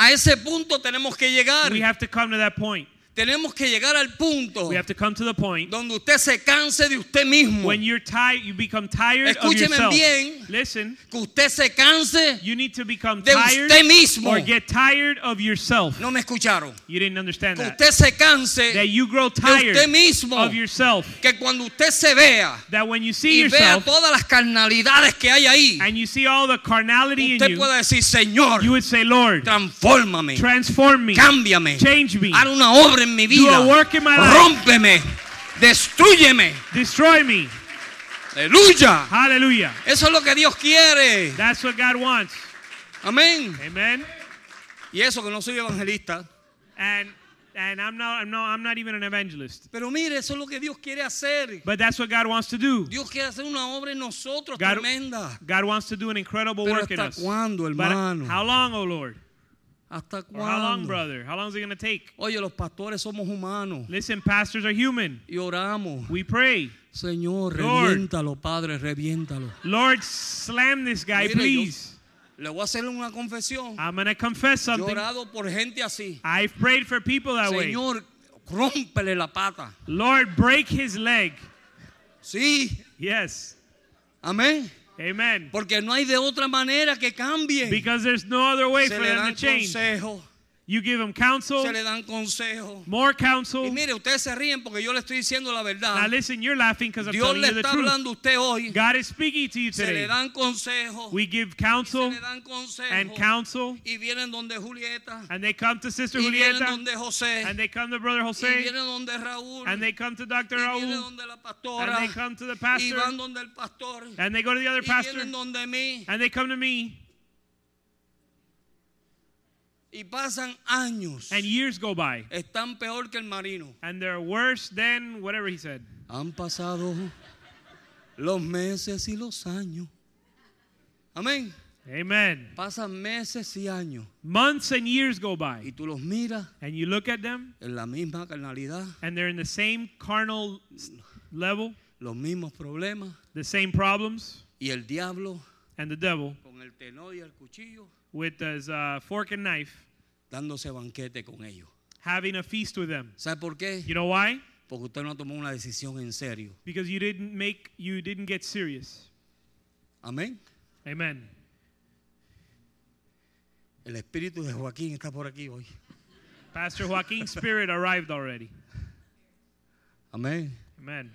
[SPEAKER 3] A ese punto tenemos que llegar.
[SPEAKER 4] We have to come to that point.
[SPEAKER 3] Tenemos que llegar al punto
[SPEAKER 4] We have to come to the point
[SPEAKER 3] donde usted se canse de usted mismo.
[SPEAKER 4] when you're tired, you become tired of
[SPEAKER 3] Escúcheme
[SPEAKER 4] yourself.
[SPEAKER 3] bien.
[SPEAKER 4] Listen,
[SPEAKER 3] Que usted se canse.
[SPEAKER 4] you need to become
[SPEAKER 3] De
[SPEAKER 4] tired
[SPEAKER 3] usted mismo.
[SPEAKER 4] or get tired of yourself.
[SPEAKER 3] No me escucharon.
[SPEAKER 4] You didn't understand
[SPEAKER 3] Que
[SPEAKER 4] that.
[SPEAKER 3] usted se canse.
[SPEAKER 4] That you grow tired
[SPEAKER 3] usted mismo.
[SPEAKER 4] of yourself.
[SPEAKER 3] Que cuando usted se vea
[SPEAKER 4] That when you see
[SPEAKER 3] y vea
[SPEAKER 4] yourself
[SPEAKER 3] todas las carnalidades que hay ahí,
[SPEAKER 4] and you see all the carnality in
[SPEAKER 3] usted
[SPEAKER 4] you,
[SPEAKER 3] pueda decir, Señor,
[SPEAKER 4] you would say, Lord,
[SPEAKER 3] transfórmame,
[SPEAKER 4] transform me,
[SPEAKER 3] cámbiame,
[SPEAKER 4] change me,
[SPEAKER 3] haz una obra en mi vida,
[SPEAKER 4] a work in my life.
[SPEAKER 3] rómpeme, destruyeme,
[SPEAKER 4] destroy me.
[SPEAKER 3] aleluya.
[SPEAKER 4] Hallelujah.
[SPEAKER 3] Eso es lo que Dios quiere.
[SPEAKER 4] That's what God wants.
[SPEAKER 3] Amén.
[SPEAKER 4] Amen.
[SPEAKER 3] Y eso que no soy evangelista.
[SPEAKER 4] And and I'm not I'm no I'm not even an evangelist.
[SPEAKER 3] Pero mire, eso es lo que Dios quiere hacer.
[SPEAKER 4] But that's what God wants to do.
[SPEAKER 3] Dios quiere hacer una obra en nosotros
[SPEAKER 4] God-
[SPEAKER 3] tremenda.
[SPEAKER 4] God wants to do an incredible
[SPEAKER 3] Pero
[SPEAKER 4] work in
[SPEAKER 3] ¿hasta
[SPEAKER 4] us.
[SPEAKER 3] cuándo,
[SPEAKER 4] But
[SPEAKER 3] hermano?
[SPEAKER 4] how long, oh Lord?
[SPEAKER 3] ¿Hasta
[SPEAKER 4] Or how long,
[SPEAKER 3] cuándo?
[SPEAKER 4] brother? How long is it going to take?
[SPEAKER 3] Oye, los pastores somos humanos
[SPEAKER 4] Listen, pastors are human.
[SPEAKER 3] y oramos.
[SPEAKER 4] We pray.
[SPEAKER 3] Señor,
[SPEAKER 4] Lord.
[SPEAKER 3] reviéntalo, Padre, reviéntalo.
[SPEAKER 4] Lord, slam this guy,
[SPEAKER 3] Mire, yo-
[SPEAKER 4] please.
[SPEAKER 3] Le voy a hacer una confesión.
[SPEAKER 4] I'm going to confess
[SPEAKER 3] Yo he
[SPEAKER 4] something.
[SPEAKER 3] orado por gente así.
[SPEAKER 4] I've prayed for people that way.
[SPEAKER 3] Señor, rómpele la pata.
[SPEAKER 4] Lord, break his leg.
[SPEAKER 3] Sí,
[SPEAKER 4] Yes.
[SPEAKER 3] amén.
[SPEAKER 4] Amen.
[SPEAKER 3] Porque no hay de otra manera que cambie.
[SPEAKER 4] Because there's no other way
[SPEAKER 3] Se
[SPEAKER 4] for
[SPEAKER 3] le
[SPEAKER 4] them to
[SPEAKER 3] dan
[SPEAKER 4] change.
[SPEAKER 3] consejos.
[SPEAKER 4] You give them counsel,
[SPEAKER 3] Se le dan consejos.
[SPEAKER 4] more
[SPEAKER 3] Y
[SPEAKER 4] counsel.
[SPEAKER 3] mire, ustedes se ríen porque yo le estoy diciendo la
[SPEAKER 4] Now
[SPEAKER 3] verdad.
[SPEAKER 4] listen, you're laughing because I'm
[SPEAKER 3] Dios
[SPEAKER 4] telling
[SPEAKER 3] le
[SPEAKER 4] you the
[SPEAKER 3] está
[SPEAKER 4] truth.
[SPEAKER 3] hablando a usted hoy.
[SPEAKER 4] God is speaking to you
[SPEAKER 3] Se le
[SPEAKER 4] today.
[SPEAKER 3] dan consejos.
[SPEAKER 4] We give
[SPEAKER 3] Se
[SPEAKER 4] counsel
[SPEAKER 3] le dan
[SPEAKER 4] and
[SPEAKER 3] consejos.
[SPEAKER 4] counsel,
[SPEAKER 3] Y vienen donde Julieta.
[SPEAKER 4] and they come to Sister
[SPEAKER 3] Y vienen
[SPEAKER 4] Julieta,
[SPEAKER 3] donde José.
[SPEAKER 4] and they come to Brother
[SPEAKER 3] Y
[SPEAKER 4] Jose,
[SPEAKER 3] vienen donde Raúl.
[SPEAKER 4] and they come to Dr.
[SPEAKER 3] Y vienen
[SPEAKER 4] Raul,
[SPEAKER 3] donde la
[SPEAKER 4] and
[SPEAKER 3] pastora.
[SPEAKER 4] they come to the
[SPEAKER 3] Y
[SPEAKER 4] pastor,
[SPEAKER 3] van donde el pastor.
[SPEAKER 4] and they go to the other
[SPEAKER 3] Y
[SPEAKER 4] pastor,
[SPEAKER 3] vienen donde mí.
[SPEAKER 4] and they come to me,
[SPEAKER 3] Y pasan años.
[SPEAKER 4] and years go by,
[SPEAKER 3] Están peor que el marino.
[SPEAKER 4] and they're worse than whatever he said.
[SPEAKER 3] Han pasado los meses y los años. Amén.
[SPEAKER 4] Amen.
[SPEAKER 3] Pasan meses y años.
[SPEAKER 4] Months and years go
[SPEAKER 3] Y
[SPEAKER 4] by,
[SPEAKER 3] tú los miras
[SPEAKER 4] and you look at them,
[SPEAKER 3] en la misma carnalidad,
[SPEAKER 4] and they're in the same carnal s- level,
[SPEAKER 3] los mismos problemas.
[SPEAKER 4] the same problems,
[SPEAKER 3] Y el diablo
[SPEAKER 4] and the devil
[SPEAKER 3] con el tenor y el cuchillo
[SPEAKER 4] with his uh, fork and knife
[SPEAKER 3] dándose banquete con ellos.
[SPEAKER 4] having a feast with them.
[SPEAKER 3] ¿Sabe por qué?
[SPEAKER 4] You know why?
[SPEAKER 3] Porque usted no tomó una decisión en serio.
[SPEAKER 4] Because you didn't make you didn't get serious.
[SPEAKER 3] Amén.
[SPEAKER 4] Amen.
[SPEAKER 3] El espíritu de Joaquín está por aquí hoy.
[SPEAKER 4] Pastor Joaquin's spirit arrived already.
[SPEAKER 3] Amén.
[SPEAKER 4] Amen.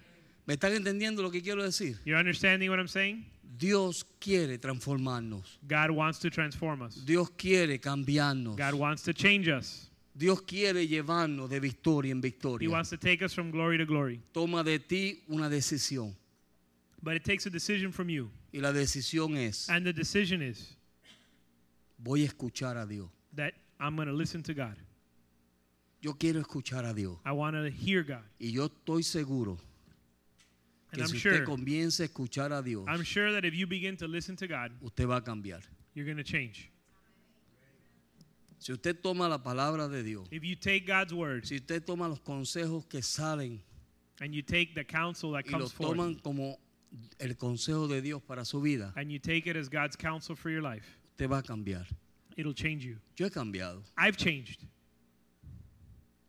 [SPEAKER 3] ¿Me están entendiendo lo que quiero decir?
[SPEAKER 4] You're understanding what I'm saying?
[SPEAKER 3] Dios quiere transformarnos.
[SPEAKER 4] God wants to transform us.
[SPEAKER 3] Dios quiere cambiarnos.
[SPEAKER 4] God wants to change us.
[SPEAKER 3] Dios quiere llevarnos de victoria en
[SPEAKER 4] He
[SPEAKER 3] victoria.
[SPEAKER 4] wants to take us from glory to glory.
[SPEAKER 3] Toma de ti una decisión.
[SPEAKER 4] But it takes a decision from you.
[SPEAKER 3] Y la decisión es,
[SPEAKER 4] And the decision is
[SPEAKER 3] voy a escuchar a Dios.
[SPEAKER 4] that I'm going to listen to God.
[SPEAKER 3] Yo quiero escuchar a Dios.
[SPEAKER 4] I want to hear God.
[SPEAKER 3] Y yo estoy seguro
[SPEAKER 4] And
[SPEAKER 3] que
[SPEAKER 4] I'm
[SPEAKER 3] si
[SPEAKER 4] sure,
[SPEAKER 3] usted comienza a escuchar a Dios,
[SPEAKER 4] I'm sure that if you begin to listen to God,
[SPEAKER 3] usted va a cambiar.
[SPEAKER 4] you're going to change.
[SPEAKER 3] Si usted toma la palabra de Dios,
[SPEAKER 4] If you take God's word
[SPEAKER 3] si usted toma los consejos que salen
[SPEAKER 4] and you take the counsel that
[SPEAKER 3] y los
[SPEAKER 4] comes forth
[SPEAKER 3] toman como el consejo de Dios para su vida,
[SPEAKER 4] and you take it as God's counsel for your life,
[SPEAKER 3] usted va a cambiar.
[SPEAKER 4] it'll change you.
[SPEAKER 3] Yo he cambiado.
[SPEAKER 4] I've changed.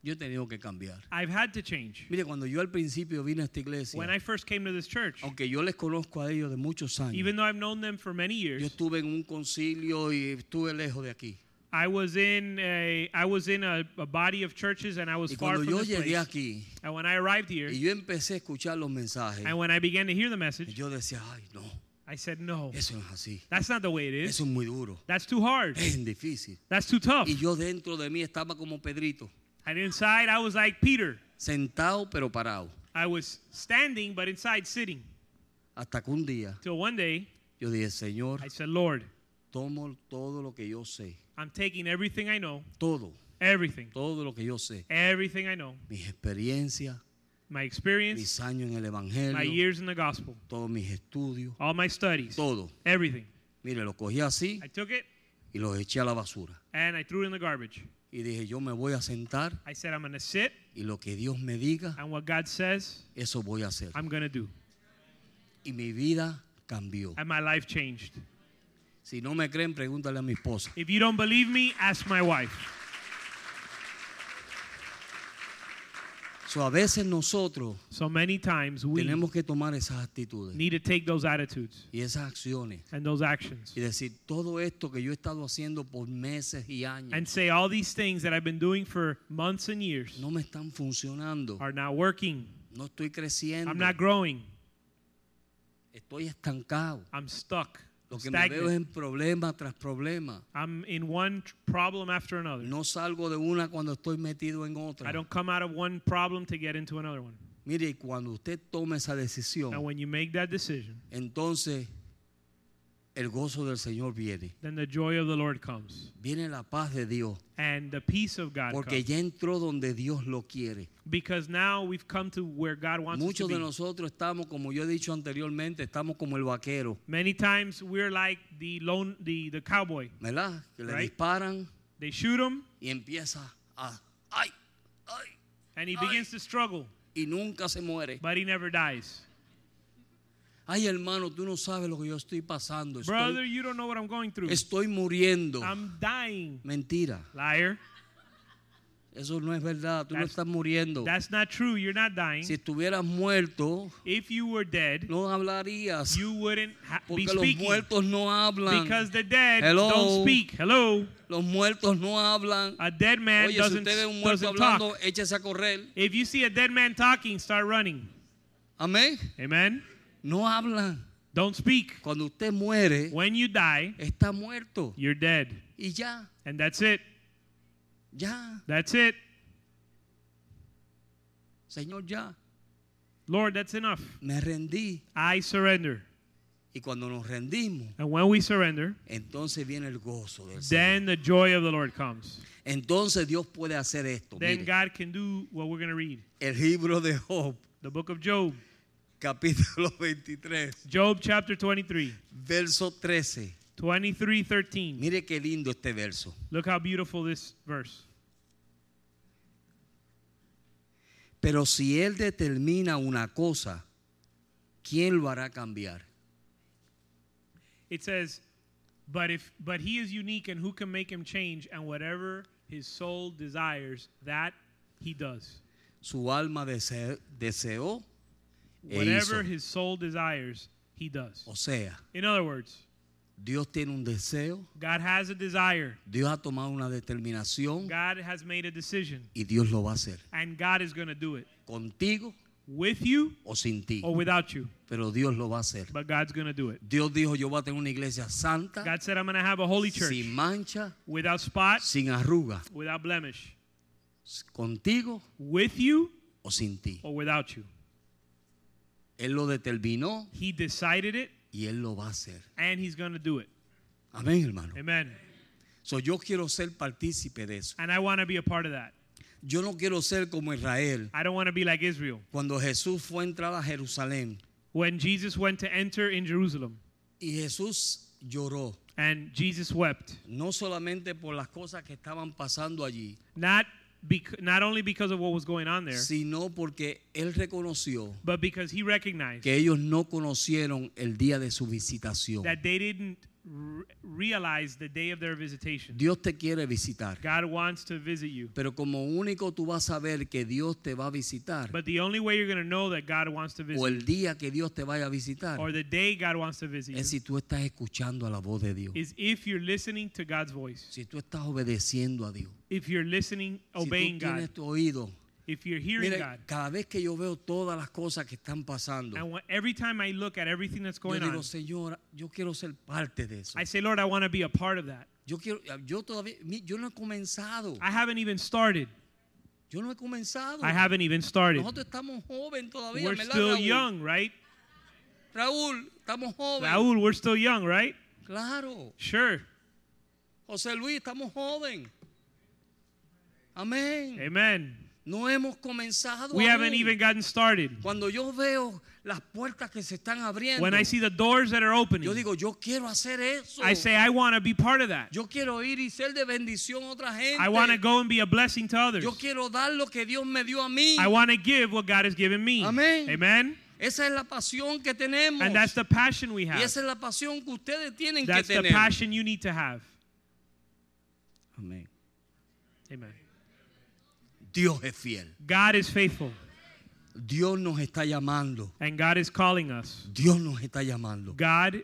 [SPEAKER 3] Yo he tenido que cambiar.
[SPEAKER 4] I've had to change.
[SPEAKER 3] Mire, cuando yo al principio vine a esta iglesia,
[SPEAKER 4] When I first came to this church,
[SPEAKER 3] aunque yo les conozco a ellos de muchos años,
[SPEAKER 4] even though I've known them for many
[SPEAKER 3] yo
[SPEAKER 4] years,
[SPEAKER 3] estuve en un concilio y estuve lejos de aquí.
[SPEAKER 4] I was in a I was in a, a body of churches and I was
[SPEAKER 3] Y
[SPEAKER 4] far
[SPEAKER 3] cuando
[SPEAKER 4] from
[SPEAKER 3] yo
[SPEAKER 4] this
[SPEAKER 3] llegué
[SPEAKER 4] place.
[SPEAKER 3] aquí
[SPEAKER 4] And when I arrived here
[SPEAKER 3] y yo empecé a escuchar los mensajes,
[SPEAKER 4] and when I began to hear the message,
[SPEAKER 3] yo decía, ay, no,
[SPEAKER 4] I said, "No,
[SPEAKER 3] eso no es así.
[SPEAKER 4] that's not the way it is.
[SPEAKER 3] Eso es muy duro.
[SPEAKER 4] That's too hard.
[SPEAKER 3] Es difícil.
[SPEAKER 4] That's too tough."
[SPEAKER 3] Y yo dentro de mí estaba como Pedrito,
[SPEAKER 4] And inside, I was like Peter.
[SPEAKER 3] sentado pero parado.
[SPEAKER 4] I was standing, but inside sitting.
[SPEAKER 3] Hasta que un día
[SPEAKER 4] Till one day,
[SPEAKER 3] yo dije, Señor,
[SPEAKER 4] I said, "Lord,
[SPEAKER 3] tomo todo lo que yo sé,
[SPEAKER 4] I'm taking everything I know,
[SPEAKER 3] todo,
[SPEAKER 4] everything,
[SPEAKER 3] todo lo que yo sé,
[SPEAKER 4] everything I know,
[SPEAKER 3] mis experiencias,
[SPEAKER 4] my experience,
[SPEAKER 3] mis años en el
[SPEAKER 4] my
[SPEAKER 3] Evangelio,
[SPEAKER 4] years in the gospel,
[SPEAKER 3] todos mis estudios,
[SPEAKER 4] all my studies,
[SPEAKER 3] todo.
[SPEAKER 4] everything."
[SPEAKER 3] Mire, lo cogí así
[SPEAKER 4] I took it
[SPEAKER 3] y los eché a la basura.
[SPEAKER 4] and I threw it in the garbage.
[SPEAKER 3] Y dije, yo me voy a sentar
[SPEAKER 4] I said, I'm going to sit,
[SPEAKER 3] y lo que Dios me diga,
[SPEAKER 4] and what God says,
[SPEAKER 3] eso voy a hacer.
[SPEAKER 4] I'm going to do.
[SPEAKER 3] Y mi vida cambió.
[SPEAKER 4] And my life changed.
[SPEAKER 3] Si no me creen, pregúntale a mi esposa.
[SPEAKER 4] If you don't believe me, ask my wife.
[SPEAKER 3] So, a veces nosotros
[SPEAKER 4] So many times we
[SPEAKER 3] tenemos que tomar esas actitudes
[SPEAKER 4] need to take those attitudes
[SPEAKER 3] y esas acciones
[SPEAKER 4] and those actions
[SPEAKER 3] y decir, todo esto que yo he estado haciendo por meses y
[SPEAKER 4] and
[SPEAKER 3] años
[SPEAKER 4] say, all these things that I've been doing for months and years
[SPEAKER 3] no me están funcionando,
[SPEAKER 4] are not working.
[SPEAKER 3] no estoy creciendo,
[SPEAKER 4] I'm not growing.
[SPEAKER 3] estoy estancado.
[SPEAKER 4] I'm stuck.
[SPEAKER 3] Lo que me veo es
[SPEAKER 4] Stagnant.
[SPEAKER 3] en problema tras problema.
[SPEAKER 4] I'm in one tr- problem after another.
[SPEAKER 3] No salgo de una cuando estoy metido en otra.
[SPEAKER 4] I don't come out of one problem to get into another one.
[SPEAKER 3] Mire, y cuando usted toma esa
[SPEAKER 4] And
[SPEAKER 3] decisión,
[SPEAKER 4] when you make that decision,
[SPEAKER 3] entonces el gozo del Señor viene.
[SPEAKER 4] then the joy of the Lord comes.
[SPEAKER 3] Viene la paz de Dios,
[SPEAKER 4] and the peace of God
[SPEAKER 3] porque
[SPEAKER 4] comes.
[SPEAKER 3] ya entró donde Dios lo quiere.
[SPEAKER 4] because now we've come to where God wants
[SPEAKER 3] Muchos
[SPEAKER 4] us to
[SPEAKER 3] de
[SPEAKER 4] be.
[SPEAKER 3] nosotros estamos, como yo he dicho anteriormente, estamos como el vaquero,
[SPEAKER 4] Many times we're like the lone, the the cowboy.
[SPEAKER 3] ¿verdad? Que le
[SPEAKER 4] Right.
[SPEAKER 3] disparan
[SPEAKER 4] They shoot him
[SPEAKER 3] y empieza a, ay, ay,
[SPEAKER 4] and he begins to struggle,
[SPEAKER 3] y nunca se muere.
[SPEAKER 4] but he never dies.
[SPEAKER 3] Ay, hermano, tú no sabes lo que yo estoy pasando.
[SPEAKER 4] Brother,
[SPEAKER 3] Estoy,
[SPEAKER 4] you don't know what I'm going through.
[SPEAKER 3] estoy muriendo.
[SPEAKER 4] I'm dying.
[SPEAKER 3] Mentira,
[SPEAKER 4] Liar.
[SPEAKER 3] eso no es verdad. Tú no
[SPEAKER 4] That's-
[SPEAKER 3] estás muriendo.
[SPEAKER 4] That's not true. You're not dying.
[SPEAKER 3] Si estuvieras muerto,
[SPEAKER 4] If you were dead,
[SPEAKER 3] no hablarías.
[SPEAKER 4] you wouldn't ha- be
[SPEAKER 3] Porque los
[SPEAKER 4] speaking
[SPEAKER 3] muertos no hablan.
[SPEAKER 4] because the dead
[SPEAKER 3] Hello.
[SPEAKER 4] don't speak. Hello.
[SPEAKER 3] Los muertos no hablan.
[SPEAKER 4] A dead man
[SPEAKER 3] Oye, si
[SPEAKER 4] doesn't,
[SPEAKER 3] usted ve un muerto
[SPEAKER 4] doesn't talk.
[SPEAKER 3] hablando, échese a correr.
[SPEAKER 4] If you see a dead man talking, start running.
[SPEAKER 3] Amén.
[SPEAKER 4] Amen.
[SPEAKER 3] No hablan.
[SPEAKER 4] Don't speak.
[SPEAKER 3] Cuando usted muere,
[SPEAKER 4] When you die,
[SPEAKER 3] está muerto.
[SPEAKER 4] you're dead.
[SPEAKER 3] Y ya,
[SPEAKER 4] And that's it.
[SPEAKER 3] ya,
[SPEAKER 4] That's it.
[SPEAKER 3] Señor, ya.
[SPEAKER 4] Lord, that's enough.
[SPEAKER 3] Me rendí.
[SPEAKER 4] I surrender.
[SPEAKER 3] Y cuando nos rendimos,
[SPEAKER 4] And when we surrender,
[SPEAKER 3] entonces viene el gozo del Señor.
[SPEAKER 4] then the joy of the Lord comes.
[SPEAKER 3] Entonces Dios puede hacer esto.
[SPEAKER 4] Then
[SPEAKER 3] Mire,
[SPEAKER 4] God can do what we're going to read.
[SPEAKER 3] el libro de Job,
[SPEAKER 4] The book of Job,
[SPEAKER 3] capítulo 23,
[SPEAKER 4] Job chapter 23,
[SPEAKER 3] verso 13.
[SPEAKER 4] 23 13.
[SPEAKER 3] Mire qué lindo este verso.
[SPEAKER 4] Look how beautiful this verse.
[SPEAKER 3] Pero si Él determina una cosa, ¿quién lo hará cambiar?
[SPEAKER 4] It says, "But if but he is unique and who can make him change and whatever his soul desires, that he does.
[SPEAKER 3] Su alma dese- deseó e
[SPEAKER 4] Whatever
[SPEAKER 3] hizo.
[SPEAKER 4] his soul desires, he does."
[SPEAKER 3] O sea,
[SPEAKER 4] In other words,
[SPEAKER 3] Dios tiene un deseo,
[SPEAKER 4] God has a desire.
[SPEAKER 3] Dios ha tomado una determinación
[SPEAKER 4] God has made a decision,
[SPEAKER 3] y Dios lo va a hacer,
[SPEAKER 4] and God is going to do it
[SPEAKER 3] contigo
[SPEAKER 4] with you
[SPEAKER 3] o sin ti,
[SPEAKER 4] or without you.
[SPEAKER 3] pero Dios lo va a hacer.
[SPEAKER 4] But God's going to do it.
[SPEAKER 3] Dios dijo, yo voy a tener una iglesia santa,
[SPEAKER 4] God said, I'm going to have a holy church
[SPEAKER 3] sin mancha,
[SPEAKER 4] without spot,
[SPEAKER 3] sin arruga,
[SPEAKER 4] without blemish,
[SPEAKER 3] contigo
[SPEAKER 4] with you
[SPEAKER 3] o sin ti.
[SPEAKER 4] Oh. or without you.
[SPEAKER 3] Él lo determinó
[SPEAKER 4] He decided it
[SPEAKER 3] y Él lo va a hacer.
[SPEAKER 4] and he's going to do it.
[SPEAKER 3] Amén, hermano.
[SPEAKER 4] Amen.
[SPEAKER 3] So, yo quiero ser partícipe de eso.
[SPEAKER 4] And I want to be a part of that.
[SPEAKER 3] Yo no quiero ser como Israel.
[SPEAKER 4] I don't want to be like Israel.
[SPEAKER 3] Cuando Jesús fue a entrar a Jerusalén
[SPEAKER 4] When Jesus went to enter in Jerusalem
[SPEAKER 3] y Jesús lloró,
[SPEAKER 4] and Jesus wept,
[SPEAKER 3] no solamente por las cosas que estaban pasando allí,
[SPEAKER 4] not bec- not only because of what was going on there,
[SPEAKER 3] sino porque Él reconoció
[SPEAKER 4] but because he recognized
[SPEAKER 3] que ellos no conocieron el día de su visitación.
[SPEAKER 4] that they didn't r- realize the day of their visitation.
[SPEAKER 3] Dios te quiere visitar.
[SPEAKER 4] God wants to visit you.
[SPEAKER 3] Pero como único tú vas a ver que Dios te va a visitar
[SPEAKER 4] But the only way you're going to know that God wants to
[SPEAKER 3] o
[SPEAKER 4] visit
[SPEAKER 3] el día que Dios te vaya a visitar
[SPEAKER 4] or the day God wants to visit
[SPEAKER 3] es
[SPEAKER 4] you
[SPEAKER 3] si tú estás escuchando a la voz de Dios,
[SPEAKER 4] is if you're listening to God's voice.
[SPEAKER 3] si tú estás obedeciendo a Dios,
[SPEAKER 4] If you're listening,
[SPEAKER 3] si tú
[SPEAKER 4] obeying God.
[SPEAKER 3] tienes tu oído.
[SPEAKER 4] If you're hearing God.
[SPEAKER 3] Mira, cada vez que yo veo todas las cosas que están pasando,
[SPEAKER 4] And when, every time I look at everything that's
[SPEAKER 3] yo
[SPEAKER 4] going on,
[SPEAKER 3] digo, Señor, yo quiero ser parte de eso.
[SPEAKER 4] I say, Lord, I want to be a part of that.
[SPEAKER 3] Yo quiero, yo todavía, mi- yo no he comenzado,
[SPEAKER 4] I haven't even started.
[SPEAKER 3] yo no he comenzado.
[SPEAKER 4] I haven't even started.
[SPEAKER 3] Nosotros estamos jóvenes todavía,
[SPEAKER 4] We're
[SPEAKER 3] ¿verdad,
[SPEAKER 4] still
[SPEAKER 3] Raúl?
[SPEAKER 4] young, right?
[SPEAKER 3] Raúl, estamos jóvenes.
[SPEAKER 4] Raul, we're still young, right?
[SPEAKER 3] Claro.
[SPEAKER 4] Sure.
[SPEAKER 3] José Luis, estamos joven. Amén.
[SPEAKER 4] Amen.
[SPEAKER 3] No hemos comenzado.
[SPEAKER 4] Eh. We
[SPEAKER 3] aún.
[SPEAKER 4] haven't even gotten started.
[SPEAKER 3] Cuando yo veo las puertas que se están abriendo,
[SPEAKER 4] When I see the doors that are
[SPEAKER 3] yo
[SPEAKER 4] opening,
[SPEAKER 3] digo, yo quiero hacer eso.
[SPEAKER 4] I say, I want to be part of that.
[SPEAKER 3] yo quiero ir y ser de bendición a otra gente.
[SPEAKER 4] I want to go and be a blessing to others.
[SPEAKER 3] yo quiero dar lo que Dios me dio a mí.
[SPEAKER 4] I want to give what God has given me.
[SPEAKER 3] Amén.
[SPEAKER 4] Amen.
[SPEAKER 3] Esa es la pasión que tenemos.
[SPEAKER 4] And that's the passion we
[SPEAKER 3] y esa
[SPEAKER 4] have.
[SPEAKER 3] es la pasión que ustedes tienen
[SPEAKER 4] That's
[SPEAKER 3] que
[SPEAKER 4] the
[SPEAKER 3] tener.
[SPEAKER 4] passion you need to have.
[SPEAKER 3] Amén.
[SPEAKER 4] Amen.
[SPEAKER 3] Dios es fiel.
[SPEAKER 4] God is faithful,
[SPEAKER 3] Dios nos está llamando.
[SPEAKER 4] and God is calling us.
[SPEAKER 3] Dios nos está llamando.
[SPEAKER 4] God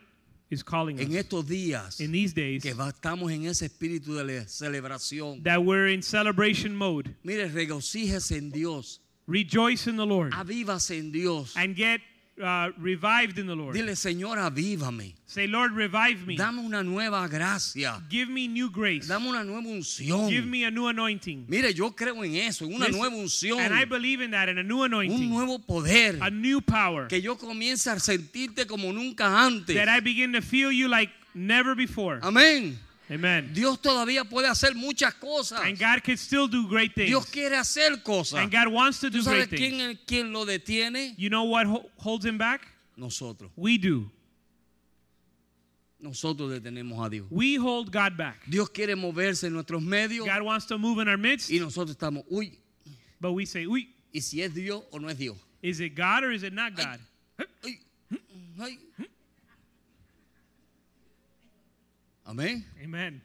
[SPEAKER 4] is calling
[SPEAKER 3] En
[SPEAKER 4] us.
[SPEAKER 3] estos días
[SPEAKER 4] In these days,
[SPEAKER 3] que va- estamos en ese espíritu de le- celebración.
[SPEAKER 4] that we're in celebration mode,
[SPEAKER 3] Mire, regocíjese en Dios,
[SPEAKER 4] rejoice in the Lord
[SPEAKER 3] avívase en Dios.
[SPEAKER 4] and get uh, revived in the Lord.
[SPEAKER 3] Dile, Señor, avívame.
[SPEAKER 4] Say, Lord, revive me.
[SPEAKER 3] Dame una nueva gracia.
[SPEAKER 4] Give me new grace.
[SPEAKER 3] Dame una nueva unción.
[SPEAKER 4] Give me a new anointing.
[SPEAKER 3] Mire, yo creo en eso, en una
[SPEAKER 4] Listen,
[SPEAKER 3] nueva unción,
[SPEAKER 4] And I believe in that, in a new
[SPEAKER 3] un
[SPEAKER 4] anointing,
[SPEAKER 3] nuevo poder.
[SPEAKER 4] a new power,
[SPEAKER 3] Que yo comience a sentirte como nunca antes.
[SPEAKER 4] that I begin to feel you like never before.
[SPEAKER 3] Amén.
[SPEAKER 4] Amen.
[SPEAKER 3] Dios todavía puede hacer muchas cosas.
[SPEAKER 4] And God can still do great
[SPEAKER 3] Dios
[SPEAKER 4] things.
[SPEAKER 3] quiere hacer cosas.
[SPEAKER 4] And God wants to
[SPEAKER 3] ¿Tú
[SPEAKER 4] do
[SPEAKER 3] sabes
[SPEAKER 4] great
[SPEAKER 3] quién,
[SPEAKER 4] things.
[SPEAKER 3] es- quién lo detiene?
[SPEAKER 4] You know what ho- holds him back?
[SPEAKER 3] Nosotros.
[SPEAKER 4] We do.
[SPEAKER 3] Nosotros detenemos a Dios.
[SPEAKER 4] We hold God back.
[SPEAKER 3] Dios quiere moverse en nuestros medios
[SPEAKER 4] God wants to move in our midst,
[SPEAKER 3] y nosotros estamos, uy,
[SPEAKER 4] but we say, "Uy,
[SPEAKER 3] ¿y si es Dios o no es Dios?
[SPEAKER 4] is it God or is it not God?"
[SPEAKER 3] Ay, mm, ay. Amén.
[SPEAKER 4] Amen.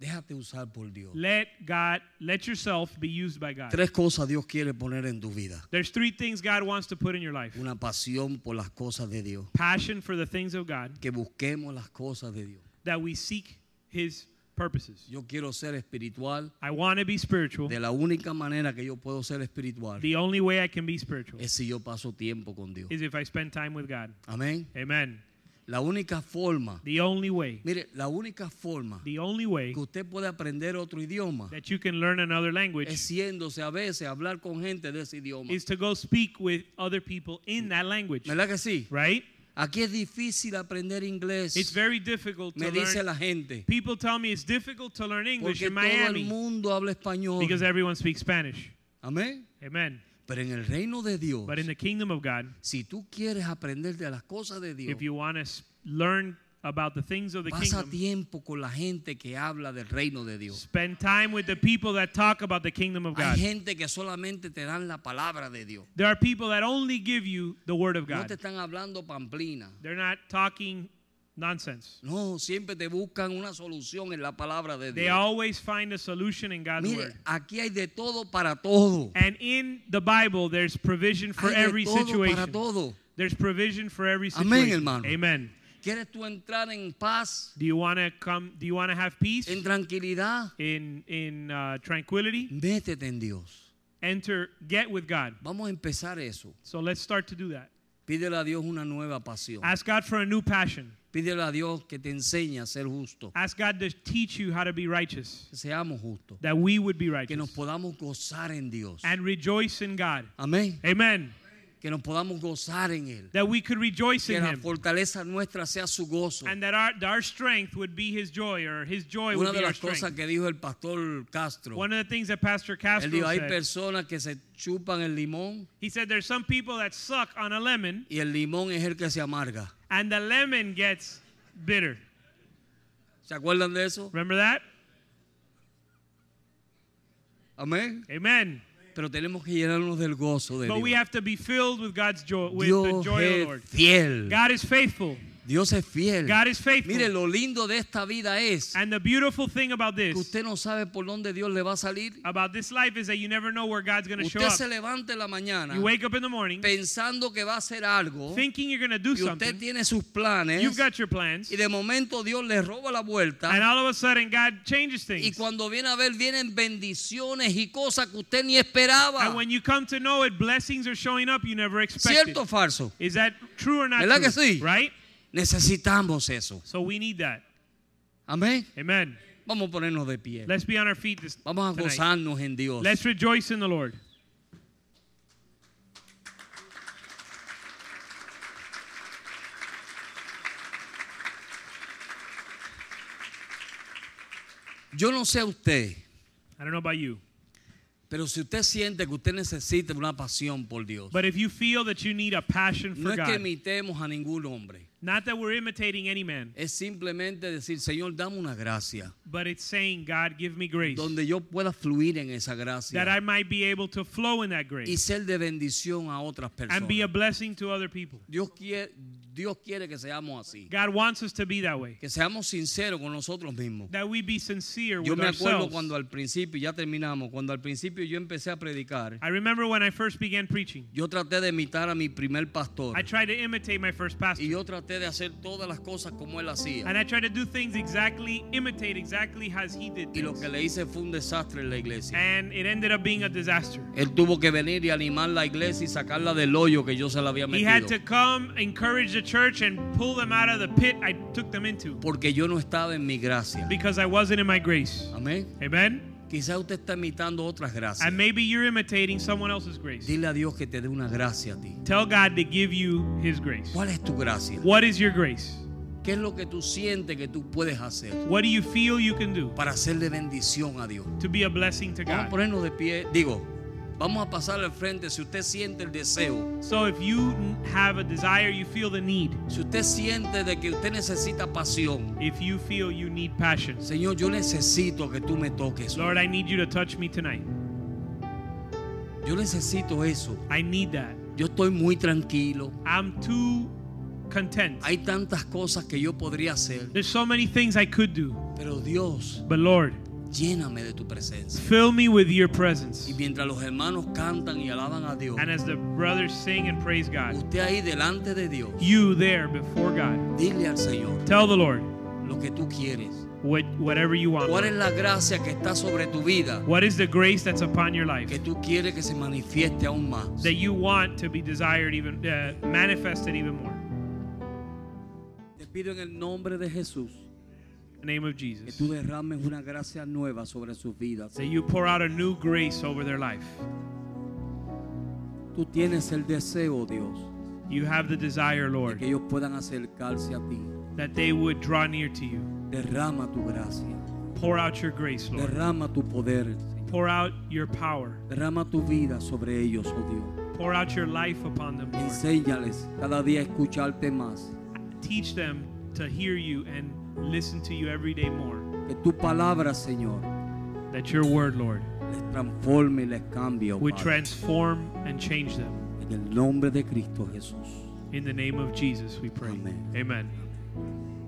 [SPEAKER 3] Déjate usar por Dios.
[SPEAKER 4] Let God, let yourself be used by God.
[SPEAKER 3] Tres cosas Dios quiere poner en tu vida.
[SPEAKER 4] There's three things God wants to put in your life.
[SPEAKER 3] Una pasión por las cosas de Dios.
[SPEAKER 4] Passion for the things of God,
[SPEAKER 3] Que busquemos las cosas de Dios.
[SPEAKER 4] that we seek his purposes.
[SPEAKER 3] Yo quiero ser espiritual.
[SPEAKER 4] I want to be spiritual.
[SPEAKER 3] De la única manera que yo puedo ser espiritual
[SPEAKER 4] The only way I can be spiritual
[SPEAKER 3] es si yo paso tiempo con Dios.
[SPEAKER 4] is if I spend time with God.
[SPEAKER 3] Amén.
[SPEAKER 4] Amen.
[SPEAKER 3] La única forma,
[SPEAKER 4] The only way,
[SPEAKER 3] mire, la única forma
[SPEAKER 4] the only way
[SPEAKER 3] que usted puede aprender otro idioma
[SPEAKER 4] that you can learn another
[SPEAKER 3] es
[SPEAKER 4] language
[SPEAKER 3] siéndose a veces a hablar con gente de ese idioma.
[SPEAKER 4] is to go speak with other people in that language.
[SPEAKER 3] ¿Verdad que sí?
[SPEAKER 4] Right?
[SPEAKER 3] Aquí es difícil aprender inglés.
[SPEAKER 4] It's very difficult to
[SPEAKER 3] Me dice
[SPEAKER 4] learn.
[SPEAKER 3] la gente.
[SPEAKER 4] People tell me it's difficult to learn English
[SPEAKER 3] Porque
[SPEAKER 4] in
[SPEAKER 3] todo el
[SPEAKER 4] Miami
[SPEAKER 3] mundo habla español.
[SPEAKER 4] because everyone speaks Spanish.
[SPEAKER 3] Amén.
[SPEAKER 4] Amen.
[SPEAKER 3] Pero en el reino de Dios,
[SPEAKER 4] But in the kingdom of God,
[SPEAKER 3] si tú quieres aprender de las cosas de Dios,
[SPEAKER 4] if you want to learn about the things of the
[SPEAKER 3] pasa
[SPEAKER 4] kingdom,
[SPEAKER 3] tiempo con la gente que habla del reino de Dios.
[SPEAKER 4] spend time with the people that talk about the kingdom of God.
[SPEAKER 3] Hay gente que solamente te dan la palabra de Dios.
[SPEAKER 4] There are people that only give you the word of
[SPEAKER 3] No te
[SPEAKER 4] God.
[SPEAKER 3] están hablando pamplina.
[SPEAKER 4] They're not talking nonsense.
[SPEAKER 3] No, siempre te buscan una solución en la palabra de
[SPEAKER 4] They
[SPEAKER 3] Dios.
[SPEAKER 4] always find a solution in God's
[SPEAKER 3] Mire,
[SPEAKER 4] word.
[SPEAKER 3] aquí hay de todo para todo.
[SPEAKER 4] And in the Bible, there's provision for
[SPEAKER 3] Hay
[SPEAKER 4] every
[SPEAKER 3] de todo para
[SPEAKER 4] situation.
[SPEAKER 3] todo.
[SPEAKER 4] There's provision for every
[SPEAKER 3] Amén,
[SPEAKER 4] situation.
[SPEAKER 3] hermano.
[SPEAKER 4] Amen.
[SPEAKER 3] ¿Quieres tú entrar en paz,
[SPEAKER 4] Do you want to come? Do you want to have peace
[SPEAKER 3] en tranquilidad?
[SPEAKER 4] in in uh, tranquility?
[SPEAKER 3] Métete en Dios.
[SPEAKER 4] Enter, get with God.
[SPEAKER 3] Vamos a empezar eso.
[SPEAKER 4] So let's start to do that.
[SPEAKER 3] Pídele a Dios una nueva pasión.
[SPEAKER 4] Ask God for a new passion.
[SPEAKER 3] Pídele a Dios que te enseñe a ser justo.
[SPEAKER 4] Ask God to teach you how to be righteous,
[SPEAKER 3] Que seamos justos.
[SPEAKER 4] that we would be
[SPEAKER 3] Que
[SPEAKER 4] righteous
[SPEAKER 3] nos podamos gozar en Dios.
[SPEAKER 4] and rejoice in God.
[SPEAKER 3] Amén.
[SPEAKER 4] Amen.
[SPEAKER 3] que nos podamos gozar en Él.
[SPEAKER 4] that we could rejoice
[SPEAKER 3] Que
[SPEAKER 4] in
[SPEAKER 3] la
[SPEAKER 4] him,
[SPEAKER 3] fortaleza nuestra sea su gozo.
[SPEAKER 4] and that our, that our strength would be his joy, or his joy
[SPEAKER 3] Una
[SPEAKER 4] would
[SPEAKER 3] de
[SPEAKER 4] be our
[SPEAKER 3] las cosas
[SPEAKER 4] strength.
[SPEAKER 3] que dijo el pastor Castro,
[SPEAKER 4] One of the things that Pastor
[SPEAKER 3] él
[SPEAKER 4] Castro
[SPEAKER 3] dijo, hay
[SPEAKER 4] said,
[SPEAKER 3] personas que se chupan el limón
[SPEAKER 4] he said, there's some people that suck on a lemon,
[SPEAKER 3] y el limón es el que se amarga.
[SPEAKER 4] and the lemon gets bitter.
[SPEAKER 3] ¿Se acuerdan de eso?
[SPEAKER 4] Remember that?
[SPEAKER 3] Amén.
[SPEAKER 4] Amen.
[SPEAKER 3] Pero tenemos que llenarnos del gozo de
[SPEAKER 4] But we
[SPEAKER 3] Dios.
[SPEAKER 4] have to be filled with God's joy, with the
[SPEAKER 3] Dios
[SPEAKER 4] joy of the Lord.
[SPEAKER 3] es fiel.
[SPEAKER 4] God is faithful,
[SPEAKER 3] Dios es fiel.
[SPEAKER 4] God is faithful.
[SPEAKER 3] Mire, lo lindo de esta vida es
[SPEAKER 4] and the beautiful thing about
[SPEAKER 3] que
[SPEAKER 4] this,
[SPEAKER 3] usted no sabe por dónde Dios le va a salir.
[SPEAKER 4] about this life, is that you never know where God's going to show
[SPEAKER 3] Usted
[SPEAKER 4] up.
[SPEAKER 3] se levanta en la mañana
[SPEAKER 4] You wake up in the morning
[SPEAKER 3] pensando que va a hacer algo
[SPEAKER 4] thinking you're going to do
[SPEAKER 3] y usted
[SPEAKER 4] something.
[SPEAKER 3] tiene sus planes
[SPEAKER 4] You've got your plans,
[SPEAKER 3] y de momento Dios le roba la
[SPEAKER 4] and
[SPEAKER 3] vuelta
[SPEAKER 4] all of a sudden God changes
[SPEAKER 3] y
[SPEAKER 4] things.
[SPEAKER 3] cuando viene a ver vienen bendiciones y cosas que usted ni esperaba.
[SPEAKER 4] And when you come to know it, blessings are showing up you never expected.
[SPEAKER 3] ¿Cierto o falso?
[SPEAKER 4] Is that true or not
[SPEAKER 3] ¿Verdad que
[SPEAKER 4] true?
[SPEAKER 3] sí?
[SPEAKER 4] Right?
[SPEAKER 3] Necesitamos eso.
[SPEAKER 4] So we need that.
[SPEAKER 3] Amén.
[SPEAKER 4] Amen.
[SPEAKER 3] Vamos a ponernos de pie.
[SPEAKER 4] Let's be on our feet this
[SPEAKER 3] Vamos a
[SPEAKER 4] tonight.
[SPEAKER 3] gozarnos en Dios.
[SPEAKER 4] Let's rejoice in the Lord.
[SPEAKER 3] Yo no sé usted,
[SPEAKER 4] I don't know about you,
[SPEAKER 3] pero si usted siente que usted necesita una pasión por Dios,
[SPEAKER 4] but if you feel that you need a passion
[SPEAKER 3] no
[SPEAKER 4] for
[SPEAKER 3] es que
[SPEAKER 4] God,
[SPEAKER 3] imitemos a ningún hombre.
[SPEAKER 4] not that we're imitating any man,
[SPEAKER 3] Es simplemente decir, Señor, dame una gracia
[SPEAKER 4] but it's saying, God, give me grace
[SPEAKER 3] donde yo pueda fluir en esa
[SPEAKER 4] that I
[SPEAKER 3] gracia
[SPEAKER 4] might be able to flow in that
[SPEAKER 3] y
[SPEAKER 4] grace
[SPEAKER 3] ser de bendición a otras
[SPEAKER 4] and be a
[SPEAKER 3] personas.
[SPEAKER 4] blessing to other people.
[SPEAKER 3] Dios quiere, Dios quiere que seamos así,
[SPEAKER 4] God wants us to be that way,
[SPEAKER 3] que seamos sinceros con nosotros mismos.
[SPEAKER 4] that we be sincere
[SPEAKER 3] Yo
[SPEAKER 4] with
[SPEAKER 3] me acuerdo
[SPEAKER 4] ourselves.
[SPEAKER 3] cuando al principio, ya terminamos, cuando al principio yo empecé a predicar,
[SPEAKER 4] I remember when I first began preaching,
[SPEAKER 3] yo traté de imitar a mi primer pastor
[SPEAKER 4] I tried to imitate my first pastor.
[SPEAKER 3] y yo traté de hacer todas las cosas como él hacía.
[SPEAKER 4] And I tried to do things exactly, imitate exactly as he did
[SPEAKER 3] Y lo
[SPEAKER 4] things.
[SPEAKER 3] que le hice fue un desastre en la iglesia.
[SPEAKER 4] And it ended up being a disaster.
[SPEAKER 3] Él tuvo que venir y animar la iglesia y sacarla del hoyo que yo se la había
[SPEAKER 4] He had to
[SPEAKER 3] metido.
[SPEAKER 4] come, encourage the church, and pull them out of the pit I took them into
[SPEAKER 3] Porque yo no estaba en mi gracia.
[SPEAKER 4] because I wasn't in my grace.
[SPEAKER 3] Amén.
[SPEAKER 4] Amen?
[SPEAKER 3] Quizás usted está imitando otras gracias.
[SPEAKER 4] And maybe you're imitating someone else's grace.
[SPEAKER 3] Dile a Dios que te dé una gracia a ti.
[SPEAKER 4] Tell God to give you his grace.
[SPEAKER 3] ¿Cuál es tu gracia?
[SPEAKER 4] What is your grace?
[SPEAKER 3] ¿Qué es lo que tú sientes que tú puedes hacer
[SPEAKER 4] What do you feel you can do
[SPEAKER 3] para hacerle bendición a Dios?
[SPEAKER 4] to be a blessing to
[SPEAKER 3] Vamos a
[SPEAKER 4] God?
[SPEAKER 3] ponernos de pie. Digo, vamos a pasar al frente si usted siente el deseo.
[SPEAKER 4] So if you n- have a desire, you feel the need.
[SPEAKER 3] Si usted siente de que usted necesita pasión.
[SPEAKER 4] If you feel you need passion,
[SPEAKER 3] Señor, yo necesito que tú me toques.
[SPEAKER 4] Lord, I need you to touch me tonight.
[SPEAKER 3] Yo necesito eso.
[SPEAKER 4] I need that.
[SPEAKER 3] Yo estoy muy tranquilo.
[SPEAKER 4] I'm too content.
[SPEAKER 3] Hay tantas cosas que yo podría hacer,
[SPEAKER 4] There's so many things I could do,
[SPEAKER 3] pero Dios,
[SPEAKER 4] but Lord,
[SPEAKER 3] lléname de tu presencia.
[SPEAKER 4] fill me with your presence.
[SPEAKER 3] Y mientras los hermanos cantan y alaban a Dios,
[SPEAKER 4] And as the brothers sing and praise God,
[SPEAKER 3] usted ahí delante de Dios,
[SPEAKER 4] you there before God,
[SPEAKER 3] dile al Señor
[SPEAKER 4] tell the Lord
[SPEAKER 3] lo que tú quieres.
[SPEAKER 4] what, whatever you want.
[SPEAKER 3] ¿Cuál es la
[SPEAKER 4] Lord.
[SPEAKER 3] gracia que está sobre tu vida
[SPEAKER 4] What is the grace that's upon your life
[SPEAKER 3] que tú quieres que se manifieste aún más?
[SPEAKER 4] that you want to be desired, even uh, manifested even more?
[SPEAKER 3] Te pido en el nombre de Jesús
[SPEAKER 4] In the name of
[SPEAKER 3] que
[SPEAKER 4] Jesus.
[SPEAKER 3] tú derrames una gracia nueva sobre sus vidas.
[SPEAKER 4] That you pour out a new grace over their life.
[SPEAKER 3] Tú tienes el deseo, Dios,
[SPEAKER 4] You have the desire,
[SPEAKER 3] de que
[SPEAKER 4] Lord,
[SPEAKER 3] ellos puedan acercarse a ti.
[SPEAKER 4] that they would draw near to you.
[SPEAKER 3] Derrama tu gracia.
[SPEAKER 4] Pour out your grace, Lord.
[SPEAKER 3] Derrama tu poder, Señor.
[SPEAKER 4] Pour out your power.
[SPEAKER 3] Derrama tu vida sobre ellos, oh Dios.
[SPEAKER 4] Pour out your life upon them, Lord.
[SPEAKER 3] Enséñales cada día a escucharte más.
[SPEAKER 4] Teach them to hear you and listen to you every day more.
[SPEAKER 3] Que tu palabra, Señor,
[SPEAKER 4] That your word, Lord,
[SPEAKER 3] les transforme y les cambie. oh
[SPEAKER 4] would
[SPEAKER 3] Padre.
[SPEAKER 4] transform and change them.
[SPEAKER 3] En el nombre de Cristo Jesús.
[SPEAKER 4] In the name of Jesus, we pray.
[SPEAKER 3] Amen.
[SPEAKER 4] Amen.